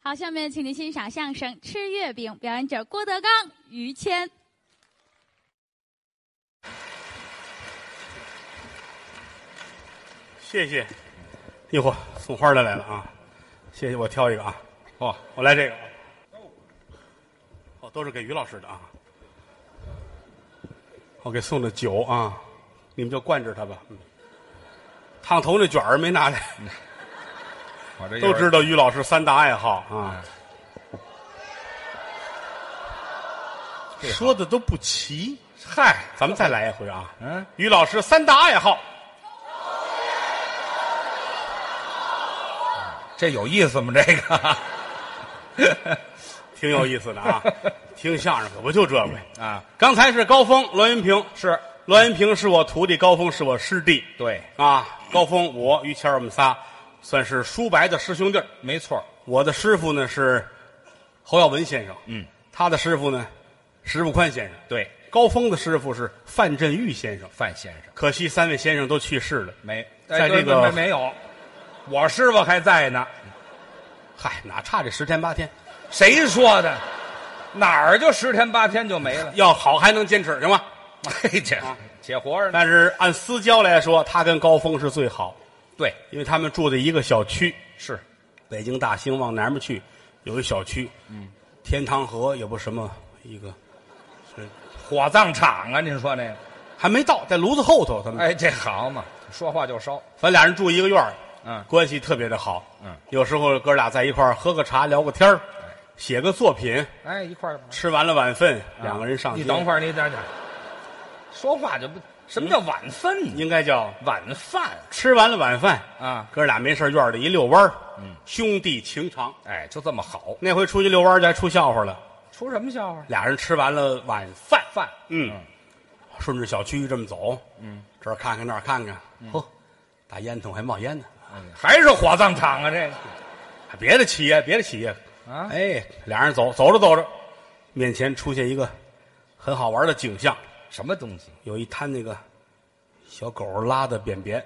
好，下面请您欣赏相声《吃月饼》，表演者郭德纲、于谦。谢谢。哟嚯，送花的来了啊！谢谢，我挑一个啊。哦，我来这个。哦，都是给于老师的啊。我给送的酒啊，你们就惯着它吧。嗯烫头那卷儿没拿来，我这都知道道于老师三大爱好啊。说的都不齐，嗨，咱们再来一回啊。嗯，于老师三大爱好，这有意思吗？这个挺有意思的 啊。听相声可不就这个。啊，刚才是高峰、栾云平，是栾云平是我徒弟，高峰是我师弟对，啊。高峰，我于谦儿，我们仨算是叔伯的师兄弟儿。没错儿，我的师傅呢是侯耀文先生，嗯，他的师傅呢石富宽先生，对，高峰的师傅是范振钰先生。范先生可惜三位先生都去世了。没，在哎这对个没没有，我师傅还在呢，嗨，哪差这十天八天？谁说的？哪儿就十天八天就没了？ 要好还能坚持行吗？哎，这啊且活着呢，但是按私交来说，他跟高峰是最好，对，因为他们住在一个小区，是北京大兴往南边去有一小区，嗯，天堂河也不什么一个，是火葬场啊，您说那个？还没到，在炉子后头他们，哎，这好嘛，说话就烧，咱俩人住一个院儿，嗯关系特别的好，嗯，有时候哥俩在一块儿喝个茶聊个天儿写个作品，哎，一块儿吧。吃完了晚饭，两个人上街，嗯你等会儿，你等等，说话就不什么叫晚饭呢？应该叫晚饭吃完了晚饭，啊，哥俩没事儿院儿里一遛弯儿，嗯，兄弟情长。哎，就这么好，那回出去遛弯儿去还出笑话了，出什么笑话？俩人吃完了晚饭，饭，嗯，顺着小区这么走，嗯，这儿看看那儿看看，嗯呵，大烟囱还冒烟呢，还是火葬场啊？这个还别的企业，别的企业，啊哎，俩人走走着走着，面前出现一个很好玩的景象，什么东西？有一滩那个小狗拉的便便，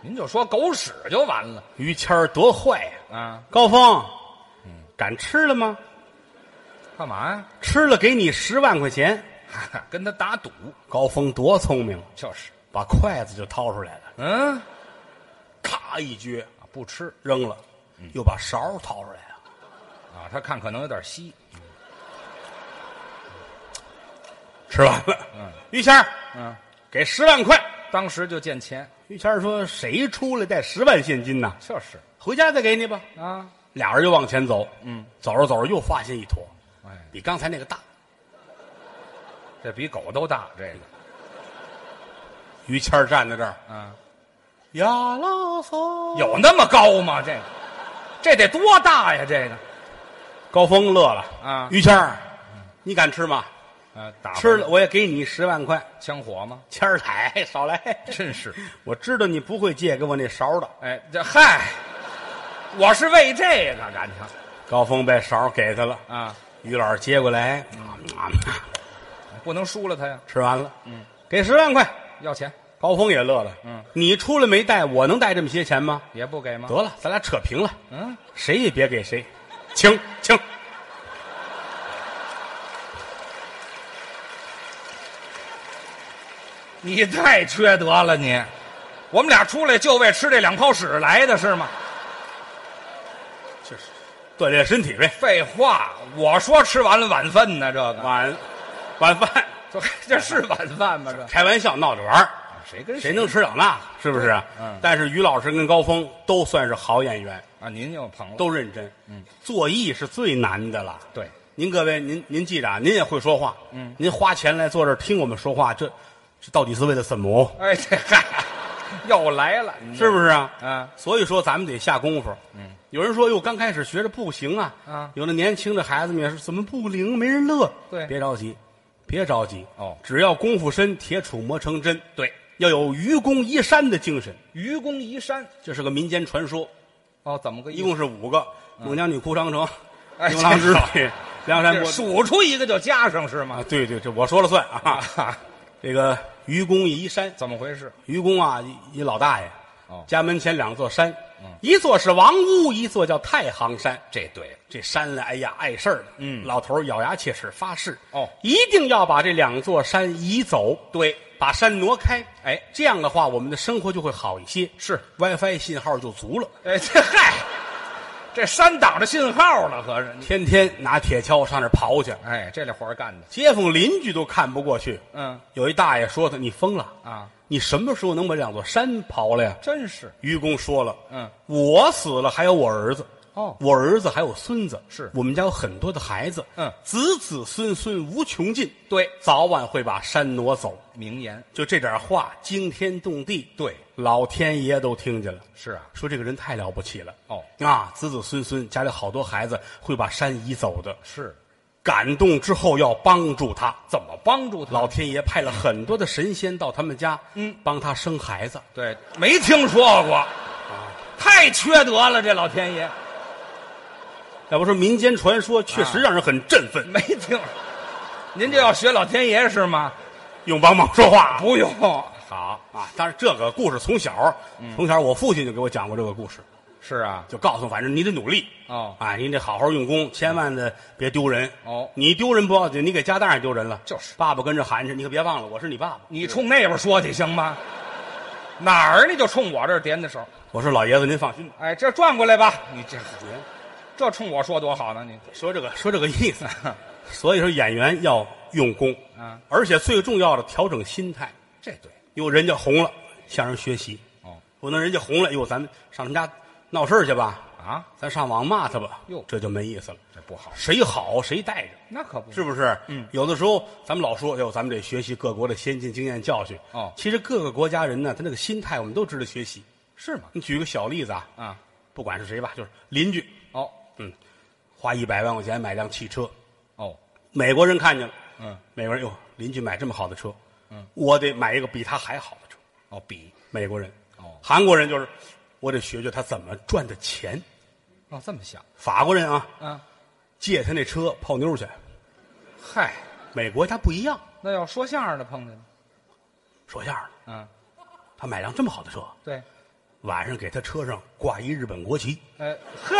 您就说狗屎就完了于谦儿多坏呀、啊？高峰，嗯敢吃了吗？干嘛呀、吃了给你十万块钱。哈哈，跟他打赌高峰多聪明，就是，把筷子就掏出来了，嗯，咔一撅啊不吃嗯扔了，又把勺掏出来了，啊，他看可能有点稀，吃完了。嗯，于谦儿嗯，给十万块。当时就见钱，于谦儿说：“谁出来带十万现金呐？就是回家再给你吧。啊，”俩人就往前走。嗯，走着走着又发现一坨，哎，比刚才那个大。这比狗都大，这个，于谦儿站在这儿，啊，呀啦嗦有那么高吗？这个，这得多大呀？这个。高峰乐了啊于谦儿，你敢吃吗？啊，打吃了我也给你十万块。枪火 吗？谦儿来，少来，真是，我知道你不会借给我那勺的。哎，这嗨，我是为这个感情高峰把勺给他了，啊，于老师接过来，嗯啊不能输了他呀，吃完了，嗯，给十万块。要钱高峰也乐了，嗯，你出来没带，我能带这么些钱吗？也不给吗？得了，咱俩扯平了，嗯，谁也别给谁，请请。你太缺德了你，我们俩出来就为吃这两泡屎来的是吗？这是锻炼身体呗。废话，我说吃完了晚饭呢，这个晚晚 饭这 这是晚饭吗？这开玩笑闹着玩儿谁跟谁能吃了那个？是不是？嗯但是于老师跟高峰都算是好演员，啊？您又捧了，都认真。嗯，做艺是最难的了。对，您各位，您您记着啊，您也会说话。嗯，您花钱来坐这儿听我们说话，这这到底是为了什么？哎，这 嗨，又来了，你这是不是啊？啊？所以说咱们得下功夫。嗯，有人说哟，刚开始学着不行啊。啊有的年轻的孩子们也是怎么不灵，没人乐。对别着急，别着急。哦只要功夫深，铁杵磨成针。对，要有愚公移山的精神，愚公移山这是个民间传说。哦，怎么个意思一共是五个：孟姜女哭长城、嗯哎牛郎织这好女、 梁山这伯。数出一个就加上是啊吗？，对对，这我说了算啊。啊，这个愚公移山，怎么回事？愚公啊，一一老大爷，哦嗯家门前两座山，一座是王屋，一座叫太行山。这对了，这山来，哎呀，碍事儿了。嗯老头儿咬牙切齿发誓，哦一定要把这两座山移走，对，把山挪开。哎这样的话，我们的生活就会好一些。是 WiFi 信号就足了，哎，这 嗨，这山挡着信号了，合着你天天拿铁锹上那儿刨去，哎，这类活儿干的，街坊邻居都看不过去。嗯有一大爷说他：“你疯了！啊，你什么时候能把两座山刨了呀真是？”愚公说了：“嗯，我死了还有我儿子，哦我儿子还有孙子，是我们家有很多的孩子，嗯子子孙孙无穷尽，对，早晚会把山挪走。”名言就这点话惊天动地，对老天爷都听见了，是啊，说这个人太了不起了。哦啊，子子孙孙家里好多孩子会把山移走的，是感动之后要帮助他。怎么帮助他？老天爷派了很多的神仙到他们家，嗯，帮他生孩子。对，没听说过，啊太缺德了，这老天爷要不说民间传说确啊实让人很振奋。没听。您这要学老天爷是吗？用帮忙说话啊不用，好啊！但是这个故事从小，嗯从小我父亲就给我讲过这个故事，是啊，就告诉我反正你得努力哦啊，你得好好用功，千万的别丢人哦你丢人不要紧，你给家当然丢人了。就是爸爸跟着喊着，你可别忘了我是你爸爸，你冲那边说去行吗？哪儿你就冲我这儿点点手，我说老爷子您放心吧。哎，这转过来吧，你这这冲我说多好呢，你说这个说这个意 思，所以说演员要用功啊，而且最重要的调整心态。这对哟，人家红了，向人学习。哦不能人家红了，哟，咱们上他们家闹事儿去吧，啊，咱上网骂他吧。哟这就没意思了。这不好，谁好谁带着，那可不是不是？嗯，有的时候咱们老说，哟，咱们得学习各国的先进经验教训。哦其实各个国家人呢，他那个心态我们都值得学习。是吗？你举个小例子啊，啊，不管是谁吧，就是邻居哦花一百万块钱买辆汽车，哦，美国人看见了，嗯美国人哟，邻居买这么好的车，嗯，我得买一个比他还好的车。哦比美国人，哦韩国人就是，我得学学他怎么赚的钱。哦这么想法国人啊，啊，借他那车泡妞去。嗨，美国他不一样，那要说相声的碰见了，说相声的，嗯、他买辆这么好的车，对，晚上给他车上挂一日本国旗，哎呵，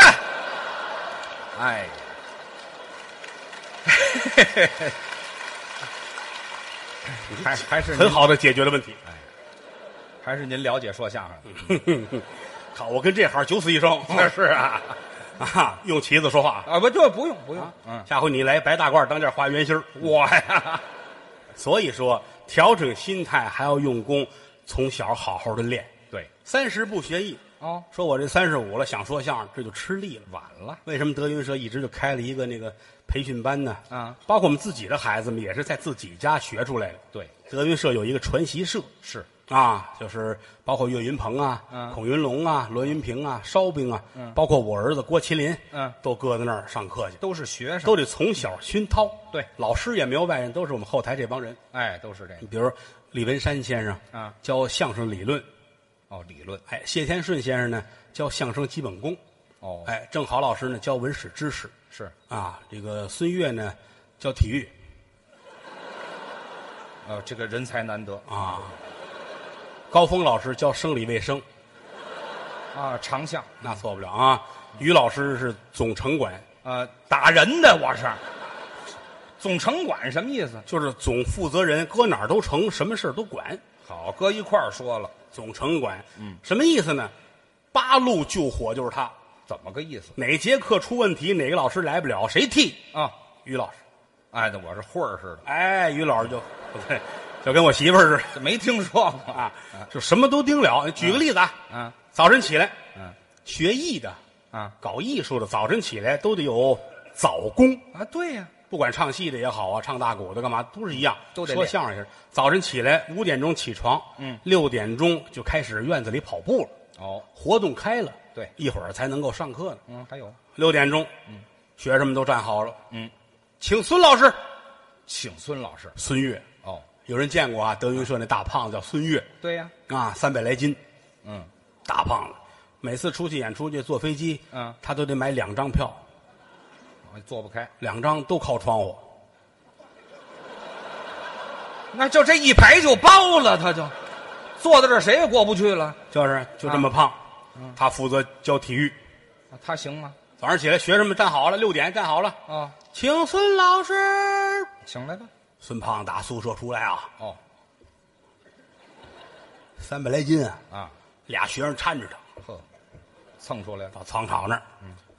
哎呀， 还还是您哎很，好的解决了问题。还是您了解说相声的好，我跟这行九死一生。那是啊，啊，用旗子说话。啊？不，这不用不用，嗯，下回你来白大褂当件花圆心儿我呀， 所以说，调整心态还要用功，从小好好的练。对，三十不学艺，哦，说我这三十五了想说相声，这就吃力了。晚了，为什么德云社一直就开了一个那个培训班呢？啊，包括我们自己的孩子们也是在自己家学出来的。对，德云社有一个传习社是，啊，就是包括岳云鹏啊、嗯孔云龙啊、栾云平啊、烧饼啊，包括我儿子郭麒麟，嗯都搁在那儿上课去，都是学生，都得从小熏陶。对老师也没有外人，都是我们后台这帮人。哎，都是这你样，比如李文山先生啊教相声理论，哦，理论，哎，谢天顺先生呢教相声基本功，哦，哎，郑好老师呢教文史知识，是，啊，这个孙越呢教体育呃，这个人才难得啊，高峰老师教生理卫生，啊，长项，那错不了啊。嗯于老师是总城管，呃，打人的我是，总城管什么意思？就是总负责人，搁哪儿都成，什么事儿都管。好，搁一块儿说了，总城管，嗯，什么意思呢？八路救火就是他，怎么个意思哪节课出问题，哪个老师来不了，谁替？啊？于老师，哎，那我是混儿似的，哎，于老师就，对，就跟我媳妇儿似这没听说过的啊，就什么都盯了。举个例子啊，啊早晨起来，嗯学艺的，啊搞艺术的，早晨起来都得有早功，啊！对呀、不管唱戏的也好啊，唱大鼓的干嘛都是一样，都得说练相声也是。早晨起来五点钟起床，嗯，六点钟就开始院子里跑步了，哦，活动开了，对一会儿才能够上课呢。嗯，还有，六点钟，嗯，学生们都站好了，嗯，请孙老师，请孙老师孙越，哦，有人见过啊？德云社那大胖子叫孙越对呀、啊，三百来斤，嗯，大胖子，每次出去演出去坐飞机，嗯他都得买两张票，啊坐不开，两张都靠窗户。那就这一排就包了，他就坐在这儿谁也过不去了。就是就这么胖，嗯他负责教体育。啊他行吗？早上起来，学生们站好了，六点站好了，啊，请孙老师。请来吧。孙胖打宿舍出来啊，哦，三百来斤啊，啊，俩学生搀着他呵，蹭出来了。到操场那儿，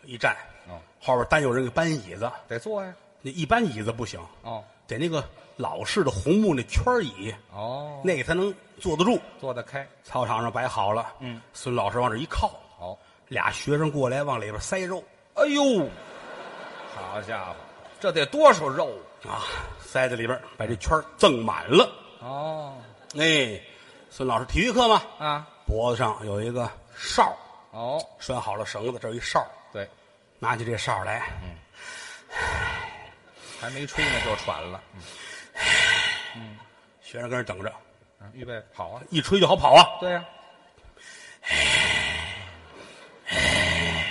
一站，哦，后边单有人给搬椅子，得坐呀。那一般椅子不行，哦，得那个老式的红木那圈儿椅，哦，那个才能坐得住。坐得开。操场上摆好了，嗯，孙老师往这一靠，好。俩学生过来往里边塞肉哦哎呦，好家伙，这得多少肉啊，塞在里边，把这圈儿赠满了。啊！哦，哎，孙老师体育课嘛，啊，脖子上有一个哨儿，哦，拴好了绳子，这儿有一哨儿，对，拿起这哨儿来，还没吹呢就喘了。学生跟那儿等着，嗯，预备，好啊。一吹就好跑啊。对呀、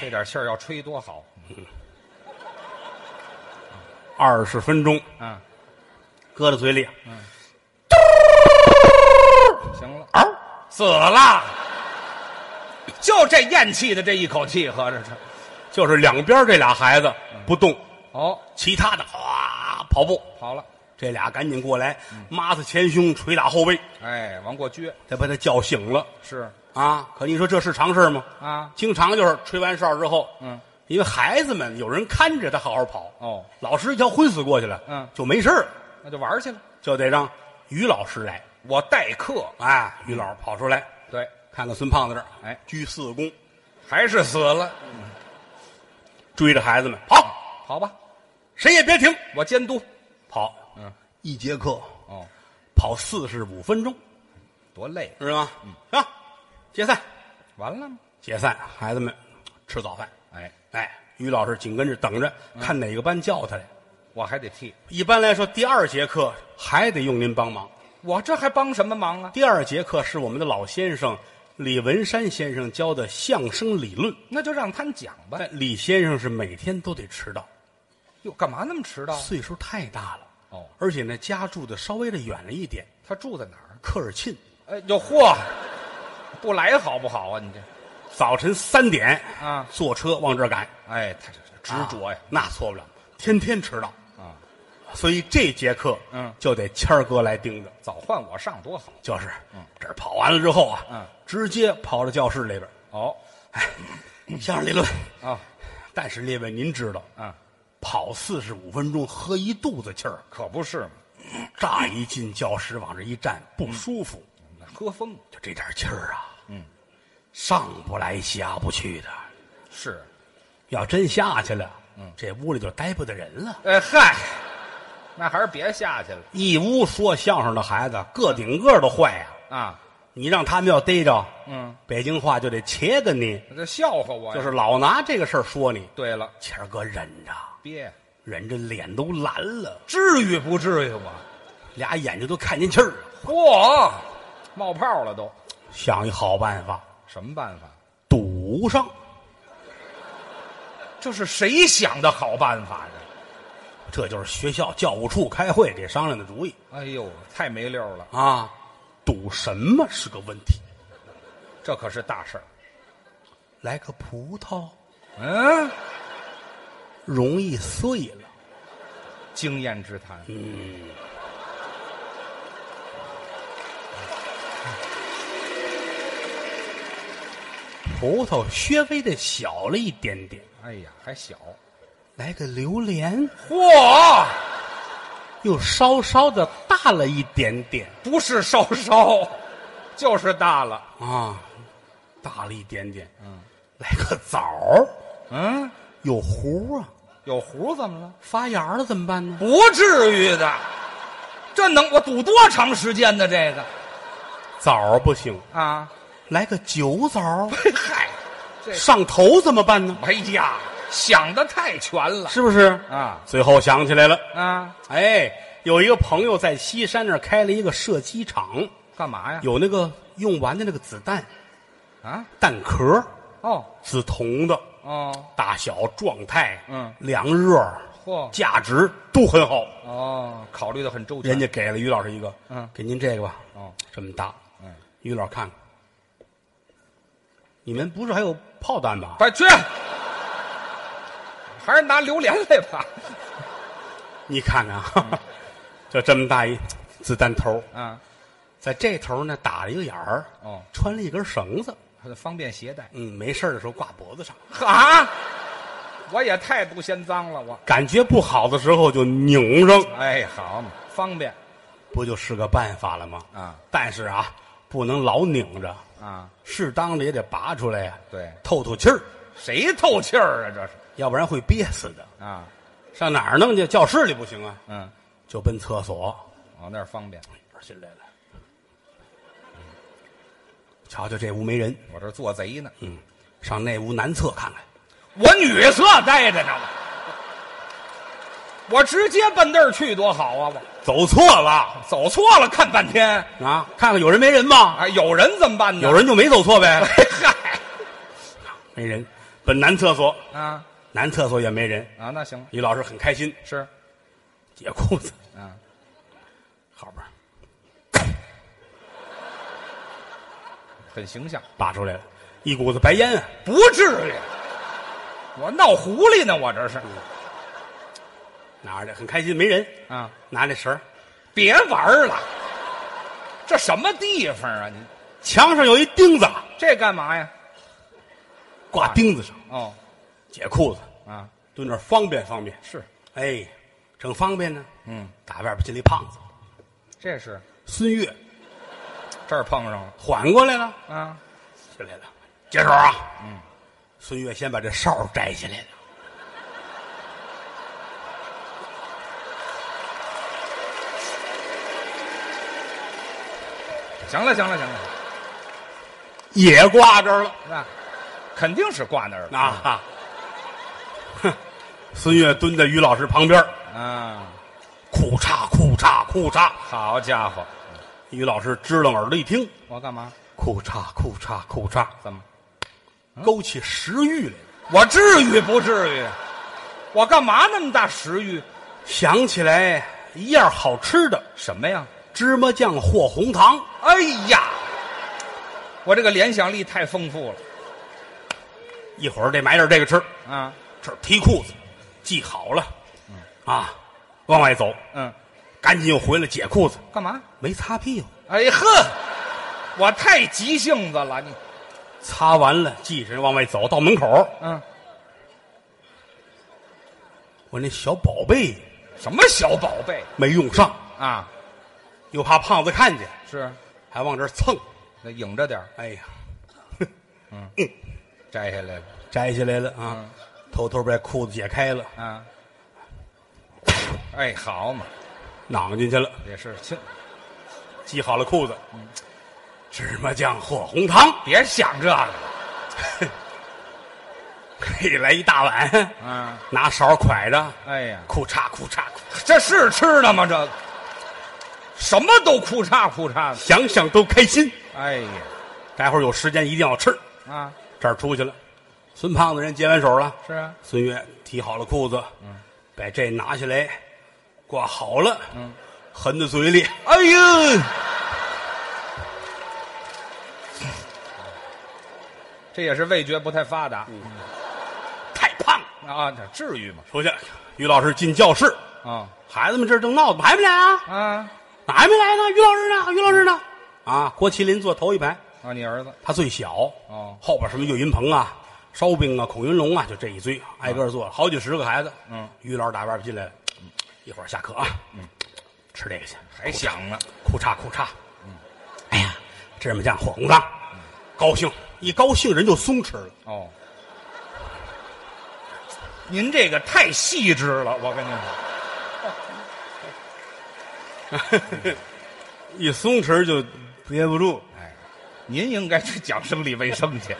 这点气儿要吹多好二十分钟啊！搁在嘴里，行了，死了，就这咽气的这一口气，合着是。就是两边这俩孩子不动，哦，其他的哗跑步。好了，这俩赶紧过来，抹擦前胸，捶打后背，哎，往过撅再把他叫醒了是啊！可你说这是常事吗？啊，经常就是吹完哨之后，嗯，因为孩子们有人看着他好好跑，哦，老师一瞧昏死过去了，嗯就没事儿了，那就玩去了。就得让于老师来，我代课，哎，于老师跑出来，对，看看孙胖子这儿，哎鞠四躬，还是死了。追着孩子们跑，好吧，谁也别停，我监督。跑，嗯，一节课哦，跑四十五分钟，多累，是吗？嗯啊，解散，完了吗？解散，孩子们吃早饭。哎，哎，于老师紧跟着等着，嗯看哪个班叫他来。我还得替，一般来说，第二节课还得用您帮忙。我这还帮什么忙啊？第二节课是我们的老先生李文山先生教的相声理论。那就让他们讲吧。但李先生是每天都得迟到，哟，干嘛那么迟到？啊岁数太大了，哦，而且呢，家住的稍微的远了一点，他住在哪儿？科尔沁。哎，哟嚯，不来好不好啊？你这，早晨三点啊坐车往这儿赶，哎，他这这执着呀啊，那错不了，天天迟到。啊，所以这节课，嗯就得谦儿哥来盯着。早换我上多好。就是，这儿跑完了之后啊，嗯直接跑到教室里边儿， 哦，相声理论。啊但是列位，您知道，啊，跑四十五分钟，喝一肚子气 儿，可不是嘛，乍一进教室往这一站不舒服，那喝风就这点气儿啊，嗯，上不来下不去的。是。要真下去了，嗯，这屋里就待不得人了。哎嗨，那还是别下去了一屋说相声的孩子，个顶个的坏呀、啊。你让他们要逮着，嗯，北京话就得切个你，这笑话我呀。就是老拿这个事儿说你。对了，谦儿哥忍着，憋，忍着脸都蓝了，至于不至于我？俩眼睛都看进气儿了。嚯，冒泡了都，想一好办法，什么办法？堵上。这是谁想的好办法呢？这就是学校教务处开会给商量的主意哎呦，太没溜了，啊！堵什么是个问题？这可是大事儿。来个葡萄嗯，容易碎了，经验之谈。葡萄稍微的小了一点点。哎呀，还小。来个榴莲嚯，又稍稍的大了一点点不是稍稍， 就是大了。啊，大了一点点。嗯来个枣儿嗯，有核啊，有核怎么了？发芽了怎么办呢？不至于的，这能我赌多长时间呢？这个枣儿不行，啊，来个酒枣儿嗨，这上头怎么办呢？哎呀，想的太全了是不是？啊最后想起来了，啊！哎，有一个朋友在西山那儿开了一个射击场，干嘛呀？有那个用完的那个子弹啊？弹壳，哦紫铜的，哦大小、状态、嗯凉热、嚯价值都很好。哦，考虑的很周全。人家给了于老师一个，嗯给您这个吧，哦，这么大，嗯，于老看看，你们不是还有炮弹吧？快去，还是拿榴莲来吧。你看看嗯啊， 就这么大一子弹头，啊，在这头呢打了一个眼儿，哦穿了一根绳子，还得方便携带。嗯，没事儿的时候挂脖子上，啊，我也太不嫌脏了，我。感觉不好的时候就拧上，哎，好嘛，方便不就是个办法了吗？啊但是啊，不能老拧着，啊！适当的也得拔出来呀、啊对，透透气儿，谁透气儿啊？这是要不然会憋死的。啊，上哪儿弄去？教室里不行啊，嗯，就奔厕所。往那儿方便。进来了，瞧瞧这屋没人，我这做贼呢，嗯，上那屋南侧看看。我女厕待着呢，我我直接奔那儿去多好啊！我走错了走错了，看半天，啊！看看有人没人吧？哎，有人怎么办呢？有人就没走错 呗。哎， 嗨，没人，奔男厕所，啊男厕所也没人。啊，那行于老师很开心，是，解裤子，啊，好吧，很形象，拔出来了，一股子白烟啊！不至于。我闹狐狸呢，我这是拿着很开心，没人，啊！拿这绳儿别玩儿了，这什么地方啊？你墙上有一钉子，这干嘛呀？挂钉子上，哦，解裤子，啊，蹲那儿方便方便。是，哎，正方便呢，嗯，打外边进来一胖子这是孙越，这儿碰上了缓过来了。啊，进来了，接手啊！嗯，孙越先把这哨摘下来了，行了，行了，行了，也挂这儿了那肯定是挂那儿了啊！哈哼，孙越蹲在于老师旁边，啊，裤衩裤衩裤衩。好家伙，于老师支棱耳朵一听，我干嘛？裤衩裤衩裤衩，怎么？勾起食欲来了。我至于不至于？我干嘛那么大食欲？想起来一样好吃的什么呀？芝麻酱和红糖，哎呀，我这个联想力太丰富了一会儿得买点这个吃。啊！这儿提裤子，系好了，啊，往外走，嗯，赶紧又回来解裤子，干嘛？没擦屁股。哎呵，我太急性子了，你擦完了，系上往外走，到门口，嗯，我那小宝贝什么小宝贝没用上，啊？又怕胖子看见，是，还往这儿蹭。那影着点儿哎呀，摘下来了摘下来了啊，偷偷把裤子解开了，啊。哎，好嘛，囊进去了，也是亲，系好了裤子，芝麻酱和红糖，别想这个了嘿，来一大碗，啊！拿勺蒯着，哎呀，裤衩裤衩，这是吃的吗？这个什么都哭嚓哭嚓的。想想都开心。哎呀，待会儿有时间一定要吃。啊，这儿出去了，孙胖子人接完手了，是啊，孙越提好了裤子，把这拿下来，挂好了，含在嘴里，哎呀，这也是味觉不太发达嗯太胖了。啊，这至于吗？出去，于老师进教室，啊孩子们这儿正闹，怎么还没来啊？啊哪还没来呢？于老师呢？于老师呢？啊，郭麒麟坐头一排，啊！你儿子他最小，哦，后边什么岳云鹏啊、烧饼啊、孔云龙啊，就这一堆，挨个坐，好几十个孩子。嗯，于老师打外边进来了，一会儿下课啊，嗯，吃这个去，还想呢？裤衩裤衩。哎呀，芝麻酱火红汤，高兴一高兴人就松弛了。哦，您这个太细致了，我跟您说，一松弛就憋不住。您应该去讲生理卫生去。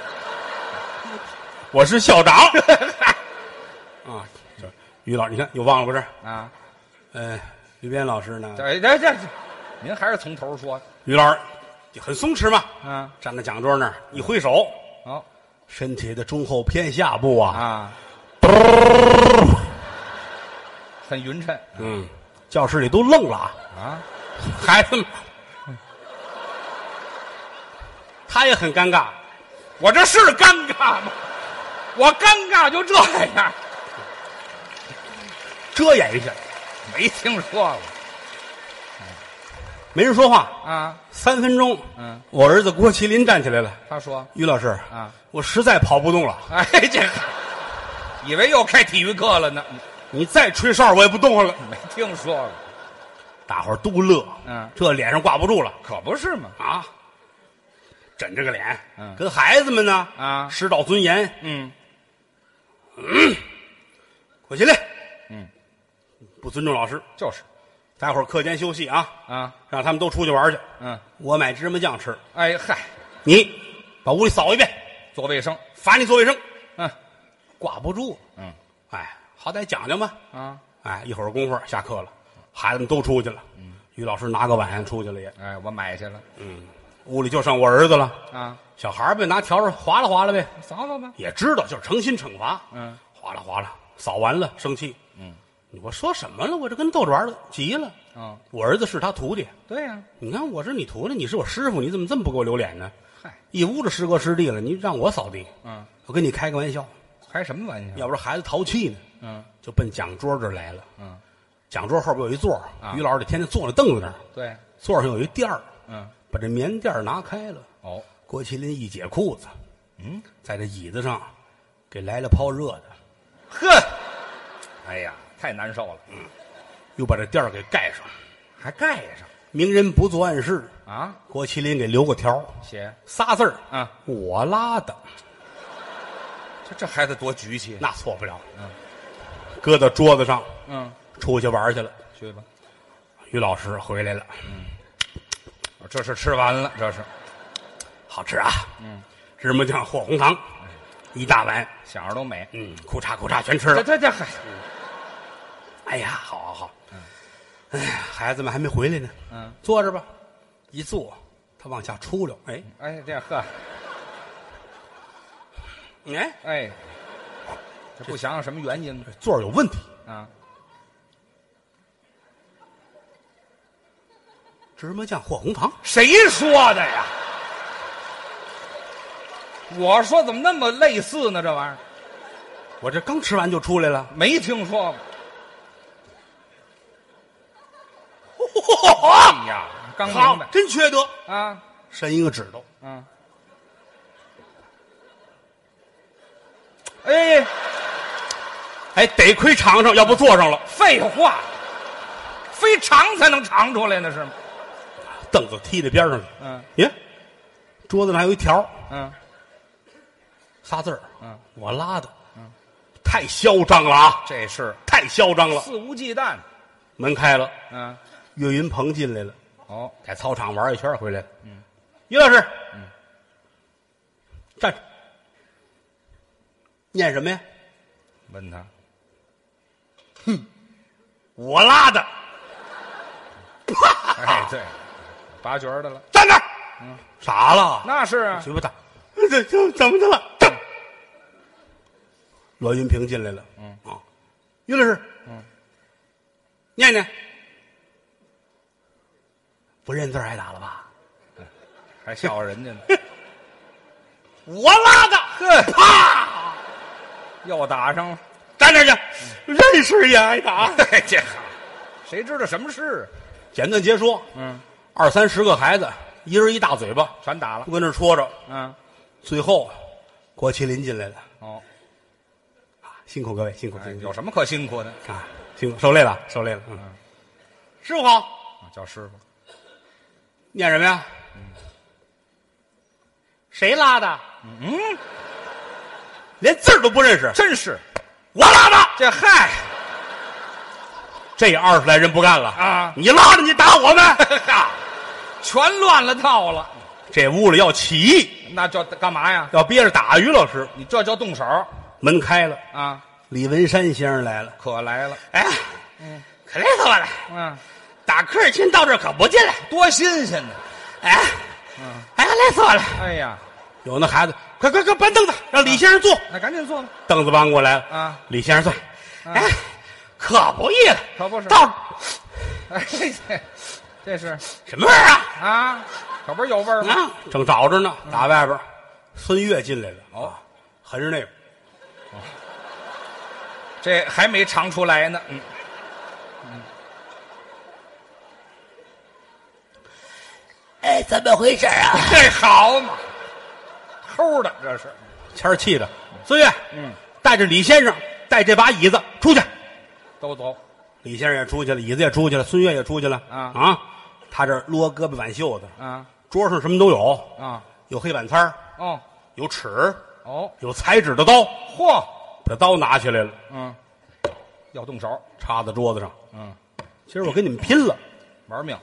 我是校长。 啊，这于老，你看又忘了不是？啊，呃，于边老师呢？这这这，您还是从头说于老师就很松弛嘛，啊。站在讲桌那儿一挥手，好、身体的中后偏下部啊，啊，很匀称嗯，教室里都愣了啊，啊。孩子们他也很尴尬。我这是尴尬吗？我尴尬就这样，遮掩一下，没听说过没人说话。啊。三分钟，嗯，我儿子郭麒麟站起来了，他说于老师啊，我实在跑不动了，哎，这以为又开体育课了呢，你再吹哨我也不动了。没听说过，大伙儿都乐，嗯这脸上挂不住了可不是嘛。啊，枕着个脸，嗯跟孩子们呢啊师道尊严，嗯，快起来，嗯，不尊重老师，就是待会儿课间休息啊，啊，让他们都出去玩去，嗯，我买芝麻酱吃，哎嗨，你把屋里扫一遍，做卫生，罚你做卫生，嗯挂不住，嗯哎，好歹讲讲吧，啊，哎，一会儿功夫下课了，孩子们都出去了，于老师拿个碗出去了也，嗯哎，我买去了屋里就剩我儿子了，啊，小孩儿呗，拿笤帚划拉划拉呗，扫扫吧，也知道就是诚心惩罚，嗯，哗啦哗啦，扫完了生气，嗯，我说什么了？我这跟逗着玩儿的，急了。嗯，我儿子是他徒弟，对呀，你看我是你徒弟，你是我师傅，你怎么这么不给我留脸呢？嗨，一屋子师哥师弟了，你让我扫地，嗯，我跟你开个玩笑，开什么玩笑？要不然孩子淘气呢，嗯，就奔讲桌这儿来了。嗯，讲桌后边有一座儿，啊于老师得天天坐在凳子那儿，对，座上有一垫儿，嗯，把这棉垫儿拿开了，哦，郭麒麟一解裤子，嗯，在这椅子上给来了泡热的，呵，哎呀，太难受了，又把这垫儿给盖上。还盖上明人不做暗事，啊？郭麒麟给留个条儿，写仨字儿啊，我拉的，这这孩子多局气，那错不了。嗯搁到桌子上，嗯，出去玩去了。去吧，于老师回来了，哦这是吃完了，这是好吃啊！嗯，芝麻酱和红糖，一大碗，想着都美。嗯，裤衩裤衩全吃这了。这这还哎呀，好好好。哎呀，孩子们还没回来呢，嗯，坐着吧。一坐，他往下出溜，哎哎这呵哎，哎，这不想想什么原因呢这座儿有问题，啊？芝麻酱和红糖。谁说的呀？我说怎么那么类似呢？这玩意儿我这刚吃完就出来了，没听说过。哎呀，刚好明白，真缺德！啊，伸一个指头，嗯。哎，哎，得亏尝尝，要不坐上了。废话，非尝才能尝出来呢，是吗？凳子踢在边上去。嗯耶，桌子上还有一条嗯，仨字儿，嗯，我拉的，嗯，太嚣张了啊，这是太嚣张了。肆无忌惮。门开了，嗯，岳云鹏进来了，哦，在操场玩一圈回来了。嗯，于老师，嗯，站着，念什么呀？问他我拉的，哎，对，拔角儿的了，站那儿，嗯，傻了，那是啊，学不打，这这怎么的了？这栾云平进来了，嗯啊，于老师，嗯，念念，不认字儿还打了吧？还笑话人家 呢，我拉的，呵啪，又打上了，站那儿去，认识也挨打。哎，这好， 谁知道什么事简短截说，啊？嗯，二三十个孩子，一人一大嘴巴，全打了都，跟那儿戳着。嗯，最后，郭麒麟进来了，哦，辛苦各位，辛苦哎辛苦有什么可辛苦的？啊，辛苦，受累了，受累了。嗯，师傅好。啊叫师傅，念什么呀？谁拉的？嗯，连字儿都不认识，真是我拉的。这嗨 这二十来人不干了啊你拉的，你打我们。 全乱了套了，这屋里要起义，那叫干嘛呀？要憋着打于老师。你这叫动手门开了，啊？李文山先生来了。可来了，哎，可累死我了！嗯，打科尔沁到这儿可不进来。多新鲜呢！哎，哎，累死我了！哎呀，有那孩子，快快快搬凳子，让李先生坐。那赶紧坐吧，凳子搬过来了啊李先生坐。啊哎，可不易了，可不是到 哎，这这是什么味儿啊？啊，可不是有味儿吗？啊，正找着呢，打外边儿，孙越进来了，哦啊，横着那个，这还没尝出来呢。嗯，哎，怎么回事啊？这好嘛，齁的这是。谦儿气的，孙越，嗯，带着李先生，带这把椅子出去。都走，李先生也出去了，椅子也出去了，孙越也出去了。啊他这儿撸胳膊挽袖子，啊桌上什么都有，啊，有黑板擦儿哦有尺，哦，有裁纸的刀，嚯，把刀拿起来了，嗯，要动手，插在桌子上。嗯，今儿我跟你们拼了，玩命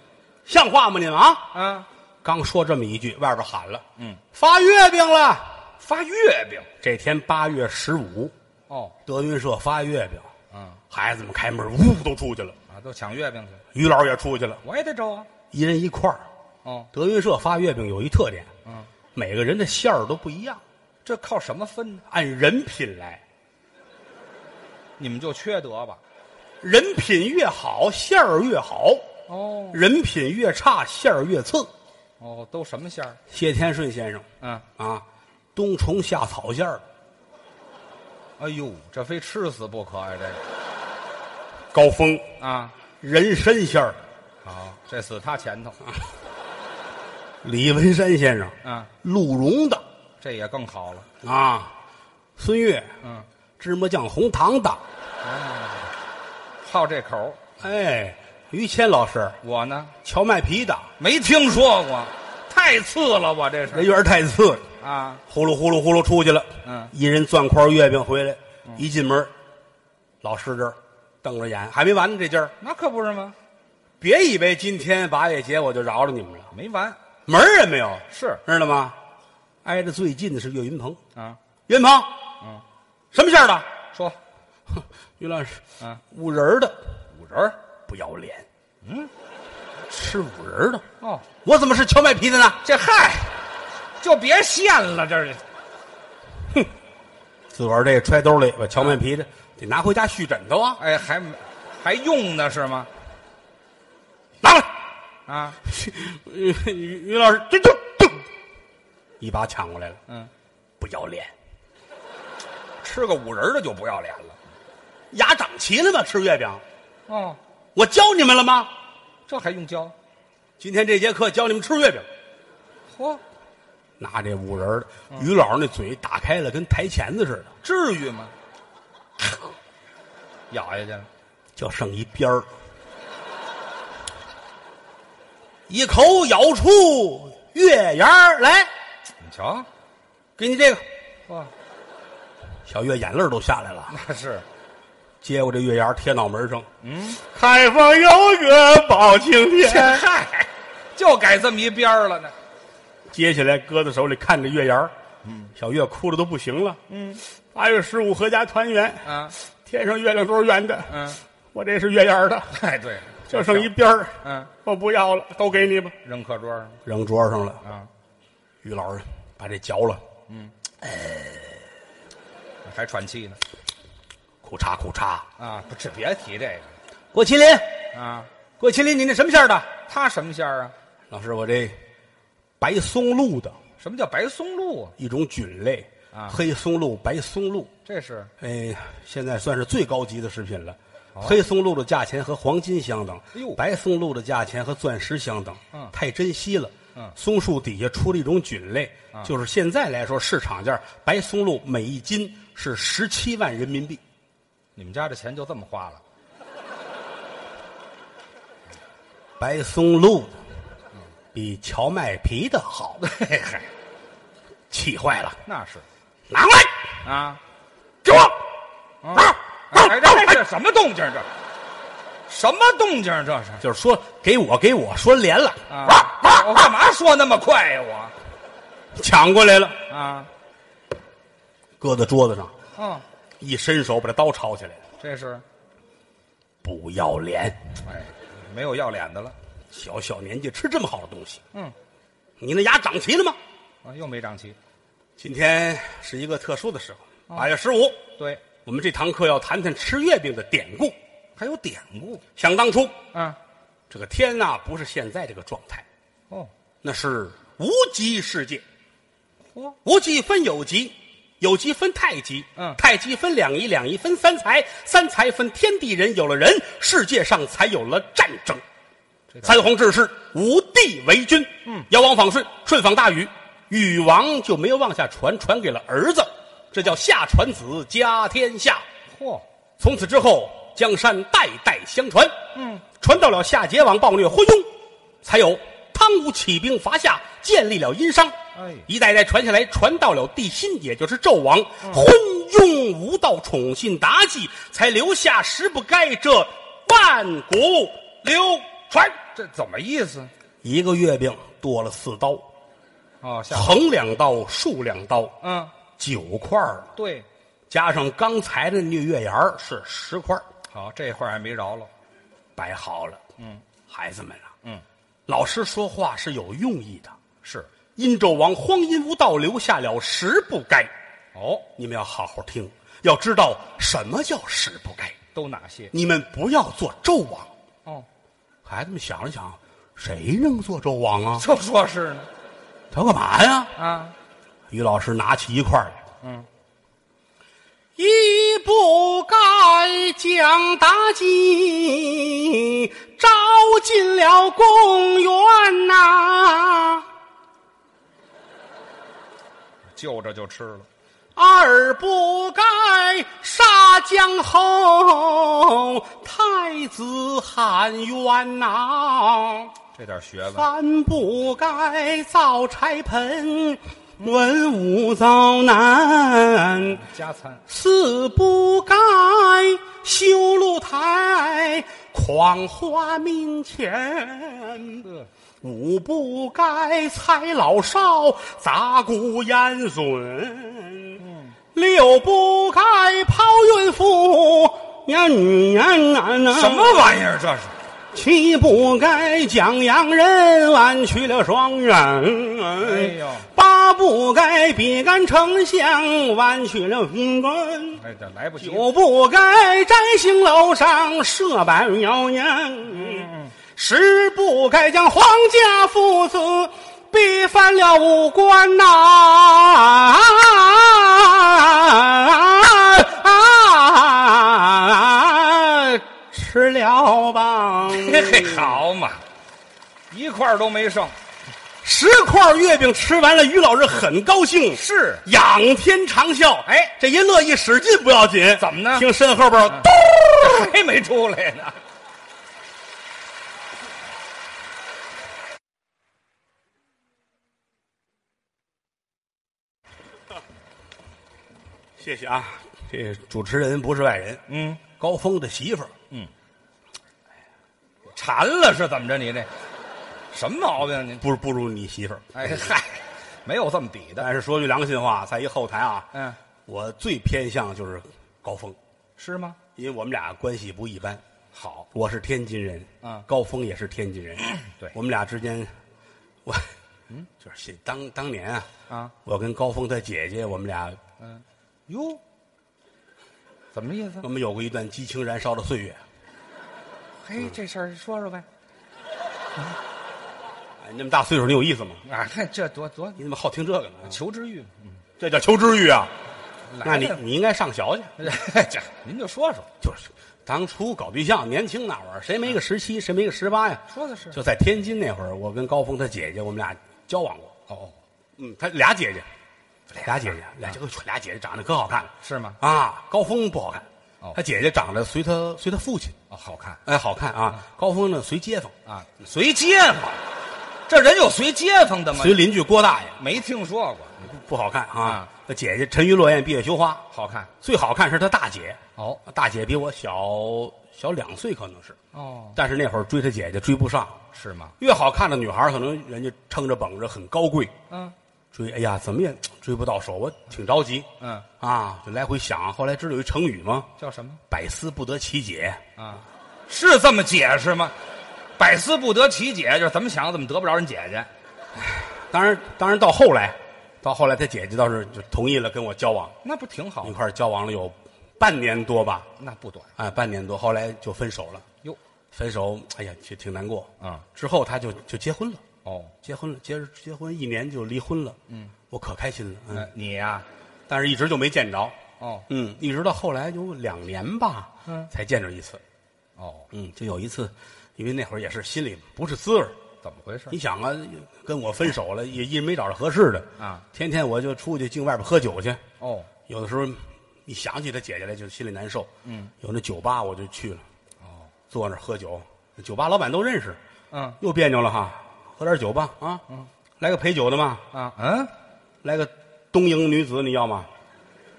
像话吗？你们啊！啊！刚说这么一句，外边喊了，嗯，发月饼了。发月饼这天八月十五，哦，德云社发月饼，嗯孩子们开门呜都出去了，啊，都抢月饼去了，于老也出去了，我也得找啊。一人一块儿。哦，德云社发月饼有一特点，嗯，每个人的馅儿都不一样，这靠什么分呢？按人品来，你们就缺德吧？人品越好，馅儿越好；哦人品越差，馅儿越次。哦，都什么馅儿？谢天顺先生嗯，啊，冬虫夏草馅儿，哎呦，这非吃死不可呀、这个高峰啊，人参馅儿，好，这死他前头李文山先生啊，鹿茸的这也更好了。啊，孙越嗯，芝麻酱红糖的，好这口儿，哎，于谦老师我呢荞麦皮的，没听说过，太次了，我这人是缘太次了。啊，呼噜呼噜呼噜出去了，嗯一人攥块月饼回来，一进门，老师这儿瞪着眼，还没完呢，这劲儿。那可不是吗？别以为今天八月节我就饶了你们了，没完，门儿也没有，是知道吗？挨着最近的是岳云鹏，啊，岳云鹏，嗯，什么馅儿的？说于老师，啊，五仁儿的，五仁儿不要脸，嗯，吃五仁儿的，哦，我怎么是荞麦皮的呢？这嗨，就别现了，这是自个儿这揣兜里，把荞麦皮的得拿回家续枕头啊，哎，还没还用呢是吗？拿过来。啊，于于于老师，这就就一把抢过来了，嗯，不要脸，吃个五仁儿的就不要脸了。牙长齐了吗？吃月饼，哦，我教你们了吗？这还用教？今天这节课教你们吃月饼，嚯，拿这五仁儿的，于老师那嘴打开了，跟台钳子似的，至于吗？咬下去了，就剩一边儿，一口咬出月牙儿来，你瞧，给你这个，哇，小月眼泪儿都下来了，那啊是，接过这月牙儿贴脑门上，嗯，开封有月包青这 嗨，就改这么一边儿了呢。接起来搁在手里，看着月牙儿，小月哭的都不行了。嗯，八月十五合家团圆，啊，天上月亮都是圆的， 嗯，我这是月牙儿的，哎，对，就剩一边儿，嗯，我不要了，都给你吧，扔课桌上扔桌上了。啊，于老师把这嚼了，还喘气呢。苦嚓苦嚓。啊，不是，别提这郭麒麟，个啊，郭麒麟，你那什么馅儿的？它什么馅儿啊？老师，我这白松露的什么叫白松露啊？一种菌类，啊黑松露、白松露，这是哎，现在算是最高级的食品了。黑松露的价钱和黄金相等啊哎呦，白松露的价钱和钻石相等。嗯太珍惜了。嗯松树底下出了一种菌类，就是现在来说市场价，白松露每一斤是十七万人民币。你们家这钱就这么花了？白松露比荞麦皮的 好，嘿嗨，气坏了，那是拿过来啊，给我！嗯啊哎，这这这什么动静儿这？什么动静儿这是？就是说给我给我说连了，啊，我干嘛说那么快呀、抢过来了，我啊，搁在桌子上，嗯，一伸手把这刀抄起来了。这是不要脸！哎，没有要脸的了。小小年纪吃这么好的东西，嗯，你那牙长齐了吗？啊，又没长齐。今天是一个特殊的时候，八月十五，对，我们这堂课要谈谈吃月饼的典故。还有典故想当初，啊。这个天呐，不是现在这个状态，哦，那是无极世界，嚯，无极分有极，有极分太极，嗯太极分两仪，两仪分三才，三才分天地人。有了人，世界上才有了战争。三皇治世，五帝为君。嗯，尧王访舜，舜访大禹，禹王就没有往下传，传给了儿子，这叫下传子，家天下。嚯，从此之后，江山代代相传。嗯，传到了夏桀王暴虐昏庸，才有汤武起兵伐夏，建立了殷商。哎一代代传下来，传到了帝辛，也就是纣王，嗯昏庸无道，宠信妲己，才留下十不该这万古流传。这怎么意思？一个月饼剁了四刀，哦，下横两刀，竖两刀，嗯，九块儿了对，加上刚才的那月牙儿是十块儿。好，这话还没饶了。摆好了。嗯，孩子们啊，嗯，老师说话是有用意的。是，殷纣王荒淫无道，留下了十不该，哦，你们要好好听，要知道什么叫十不该。都哪些？你们不要做纣王。哦，孩子们想了想，谁能做纣王啊？就说是呢。他干嘛呀？啊，于老师拿起一块来，嗯，一不该将妲己招进了公园呐、就着就吃了。二不该杀江侯，太子喊冤呐、这点学问，三不该造柴盆，文武遭难；加餐。四不该修露台，狂花民钱。呵，五不该猜老少，砸骨烟损；六不该抛孕妇，呀女呀男呐什么玩意儿这是？啊七不该讲洋人，弯曲了双眼。哎呦八不该比干丞相，弯曲了五官。哎，这来不及了。九不该摘星楼上射板谣言，十不该将皇家父子逼翻了五官呐、吃了吧，嘿嘿，好嘛，一块儿都没剩。十块月饼吃完了，于老师很高兴，是仰天长啸。哎这一乐一使劲不要紧，怎么呢嗯听身后边儿咚。还没出来呢。谢谢啊，这主持人不是外人，嗯，高峰的媳妇儿，馋了是怎么着？你这什么毛病啊？您不不如你媳妇儿。哎嗨，没有这么比的。但是说句良心话，在一后台啊，嗯，我最偏向就是高峰，是吗？因为我们俩关系不一般。好，我是天津人，嗯高峰也是天津人， 对我们俩之间，我，嗯， 就是当当年啊，啊，我跟高峰他姐姐，我们俩嗯，哟，怎么意思我？们有过一段激情燃烧的岁月。嘿，这事儿说说呗。哎，那么大岁数，你有意思吗？啊，看这多多你怎么好听这个呢？求知欲，嗯这叫求知欲啊！那来你了你应该上学去。 这您就说说，就是当初搞对象，年轻那会儿，谁没个十七，谁没个十八呀？说的嗯是就在天津那会儿，我跟高峰他姐姐，我们俩交往过。哦，嗯，他俩姐姐，俩姐姐，啊俩姐哎俩姐姐长得可好看了，是吗？啊，高峰不好看哦，他姐姐长得随他随他父亲，哦，好看哎，好看啊。嗯高峰呢，随街坊，啊，随街坊，这人有随街坊的吗？随邻居郭大爷，没听说过，不好看啊啊。他姐姐沉鱼落雁，闭月羞花，好看最好看是他大姐，哦大姐比我小小两岁，可能是，哦，但是那会儿追他姐姐追不上，是吗？越好看的女孩儿，可能人家撑着绷着很高贵，嗯追哎呀，怎么也追不到手，我挺着急嗯，啊，就来回想。后来知道有一成语吗？叫什么百思不得其解。啊？是这么解释吗？百思不得其解，就是怎么想怎么得不着人姐姐。当然，当然到后来，到后来他姐姐倒是就同意了跟我交往，那不挺好一？块儿交往了有半年多吧，那不短哎，半年多，后来就分手了。哟。分手，哎呀，就挺难过。嗯之后他就就结婚了，哦，结婚了，结结婚一年就离婚了，嗯，我可开心了，那嗯，你呀、但是一直就没见着，哦嗯，一直到后来有两年吧，嗯才见着一次，哦，嗯，就有一次，因为那会儿也是心里不是滋味儿怎么回事你？想啊，跟我分手了，也一直没找着合适的嗯啊，天天我就出去净外边喝酒去，哦，有的时候一想起他姐姐来，就心里难受。嗯，有那酒吧我就去了，哦，坐那儿喝酒，酒吧老板都认识，嗯又别扭了哈，喝点酒吧啊，来个陪酒的嘛，啊嗯，来个东瀛女子你要吗？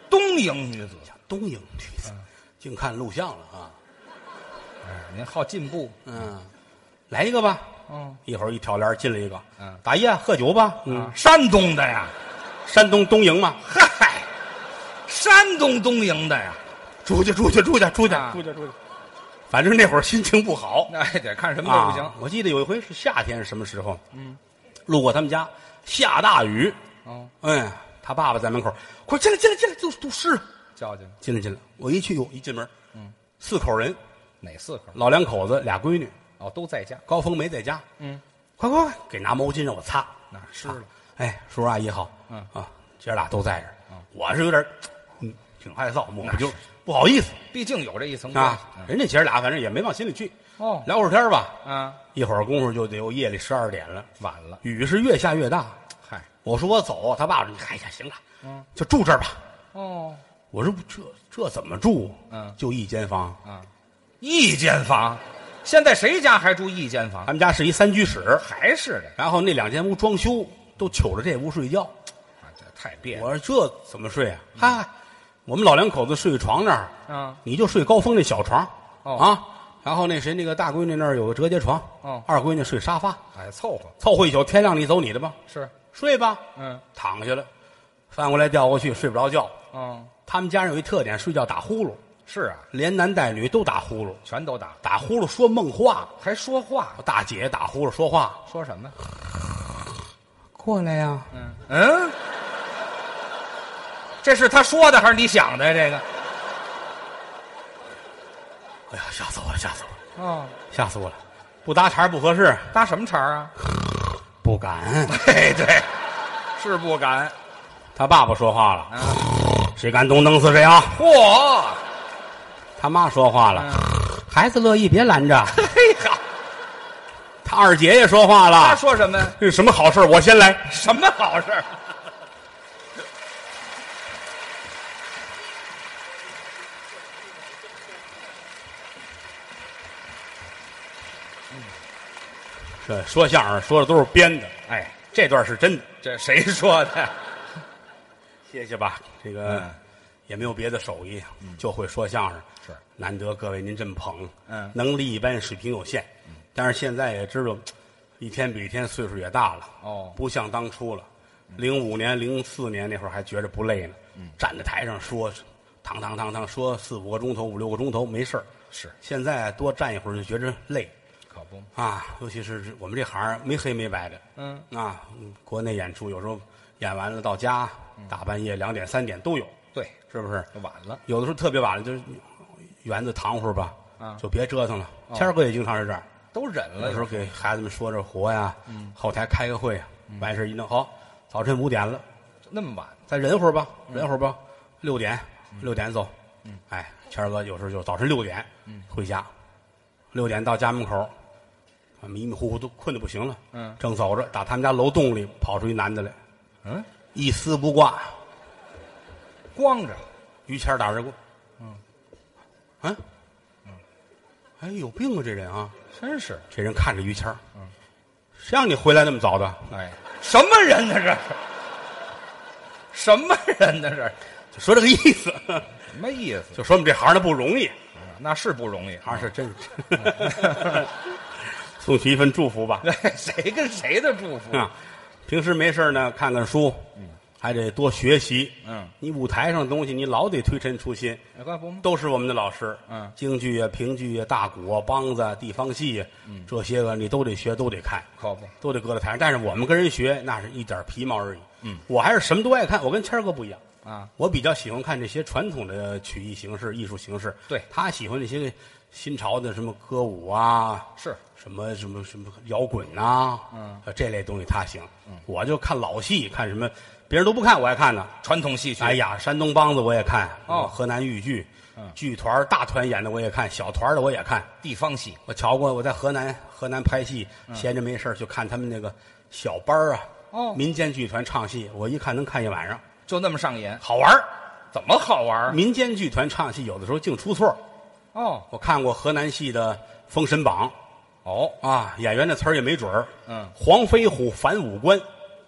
东瀛女子，东瀛女子，嗯净看录像了啊，哎，您好进步，嗯，来一个吧，嗯，一会儿一挑帘进来一个，嗯打夜喝酒吧，嗯啊，，山东的呀，山东东营嘛，嗨，山东东营的呀，出去出去出去出去啊出去出去，反正那会儿心情不好，那还得看什么啊都不行。我记得有一回是夏天，是什么时候？嗯，路过他们家，下大雨。哦，嗯，他爸爸在门口，快进来，进来，进来，都都湿了。叫去了进来，进来。我一去，我一进门，嗯，四口人，哪四口？老两口子，俩闺女，哦，都在家。高峰没在家。嗯，快快快，给拿毛巾让我擦。那湿了啊。哎，叔叔阿姨好。嗯啊，姐儿俩都在这儿。我是有点儿，嗯，挺害臊，我那就是不好意思毕竟有这一层关系嗯啊。人家姐儿俩反正也没往心里去。哦聊会儿天儿吧。啊，一会儿功夫就得有夜里十二点了。晚了，雨是越下越大。嗨，我说我走，他爸说：“哎呀，行了，嗯，就住这儿吧。哦，”我说：“这这怎么住？嗯就一间房。一间房，现在谁家还住一间他房？们家是一三居室，还是的，然后那两间屋装修都瞅着这屋睡觉。啊，这太别扭我说这怎么睡啊？嗨、我们老两口子睡床那儿，啊！你就睡高峰那小床，哦啊，然后那谁那个大闺女那儿有个折叠床，哦二闺女睡沙发，哎，凑合凑合一宿，天亮你走你的吧，是，睡吧，嗯，躺下了，翻过来调过去，睡不着觉。哦，他们家人有一特点，睡觉打呼噜。是啊，连男带女都打呼噜，全都打，打呼噜说梦话。还说话，我大姐打呼噜说话，说什么？过来呀、嗯嗯，这是他说的还是你想的呀？这个哎呀，吓死我了，吓死我了，哦，吓死我了！不搭茬儿不合适，搭什么茬儿啊？不敢。嘿，对，是不敢。他爸爸说话了，嗯谁敢动弄死谁啊！嚯，他妈说话了，哎嗯孩子乐意别拦着。嘿哈，他二姐也说话他了，说什么？这是什么好事儿我先来。什么好事儿？这说相声说的都是编的，哎，这段是真的。这谁说的？谢谢吧，这个、嗯也没有别的手艺，啊就会说相声。是难得各位您这么捧，嗯能力一般，水平有限。但是现在也知道，一天比一天岁数也大了，哦嗯不像当初了。零五年、零四年那会儿还觉着不累呢，站在台上说，堂堂堂堂说四五个钟头、五六个钟头没事儿。是现在多站一会儿就觉着累可不，啊，尤其是我们这行儿没黑没白的，嗯，啊，嗯国内演出有时候演完了到家，大半夜两点三点都有，对，是不是？晚了，有的时候特别晚了，就是园子躺会儿吧，啊就别折腾了。谦儿哥也经常是这样，都忍有了。时候给孩子们说着活呀，后台开个会啊，完事儿一弄好，早晨五点了，那么晚，再忍会儿吧，忍会儿吧，六点六点走。哎，谦儿哥有时候就早晨六点回家，六点到家门口，啊迷迷糊糊都困得不行了。嗯正走着，打他们家楼洞里跑出一男的来，嗯，一丝不挂，光着，于谦儿打着过。嗯，啊，哎，有病啊！这人啊，真是，这人看着于谦儿，谁让你回来那么早的？哎，什么人呢？这是什么人呢？这是就说这个意思， 什么意思？就说我们这行的不容易，那是不容易啊！行是真是。 送去一份祝福 吧。 谁跟谁的祝福？啊，平时没事儿呢，看看书，还得多学习。嗯，你舞台上的东西，你老得推陈出新，那可不吗？都是我们的老师。嗯京剧啊、评剧啊、大鼓啊、梆子啊、地方戏啊，这些个你都得学，都得看，可不，都得搁在台上。但是我们跟人学，那是一点皮毛而已。嗯，我还是什么都爱看，我跟谦儿哥不一样。啊，我比较喜欢看这些传统的曲艺形式、艺术形式。对他喜欢这些个新潮的什么歌舞啊，是什么什么什么摇滚呐、嗯，这类东西他行。嗯我就看老戏，看什么别人都不看，我爱看呢。传统戏曲。哎呀，山东梆子我也看，哦嗯河南豫剧，剧团儿大团演的我也看，小团儿的我也看。地方戏我瞧过，我在河南河南拍戏，闲着没事儿就看他们那个小班儿啊，嗯哦民间剧团唱戏，我一看能看一晚上，就那么上演，好玩儿。怎么好玩儿？民间剧团唱戏有的时候净出错儿，哦我看过河南戏的《封神榜哦，》啊，演员的词儿也没准儿。嗯，黄飞虎反五官，《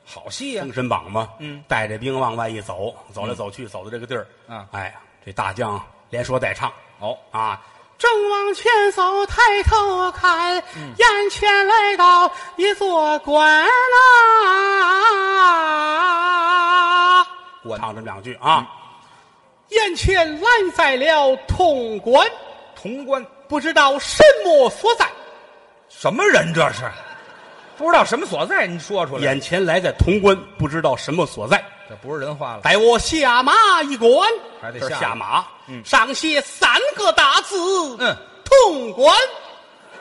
好戏呀封、神榜》嘛，嗯，带着兵往外一走，走来走去，走到这个地儿，啊哎，这大将连说带唱，哦，啊，正往前走，抬头看，嗯眼前来到一座馆啦。我馆嗯唱这么两句啊，眼前来在了潼关，潼关不知道什么所在。什么人这是？不知道什么所在，你说出来。眼前来在潼关，不知道什么所在。这不是人话了，待我下马一观，还得这儿下下马，嗯上写三个大字，嗯，潼关。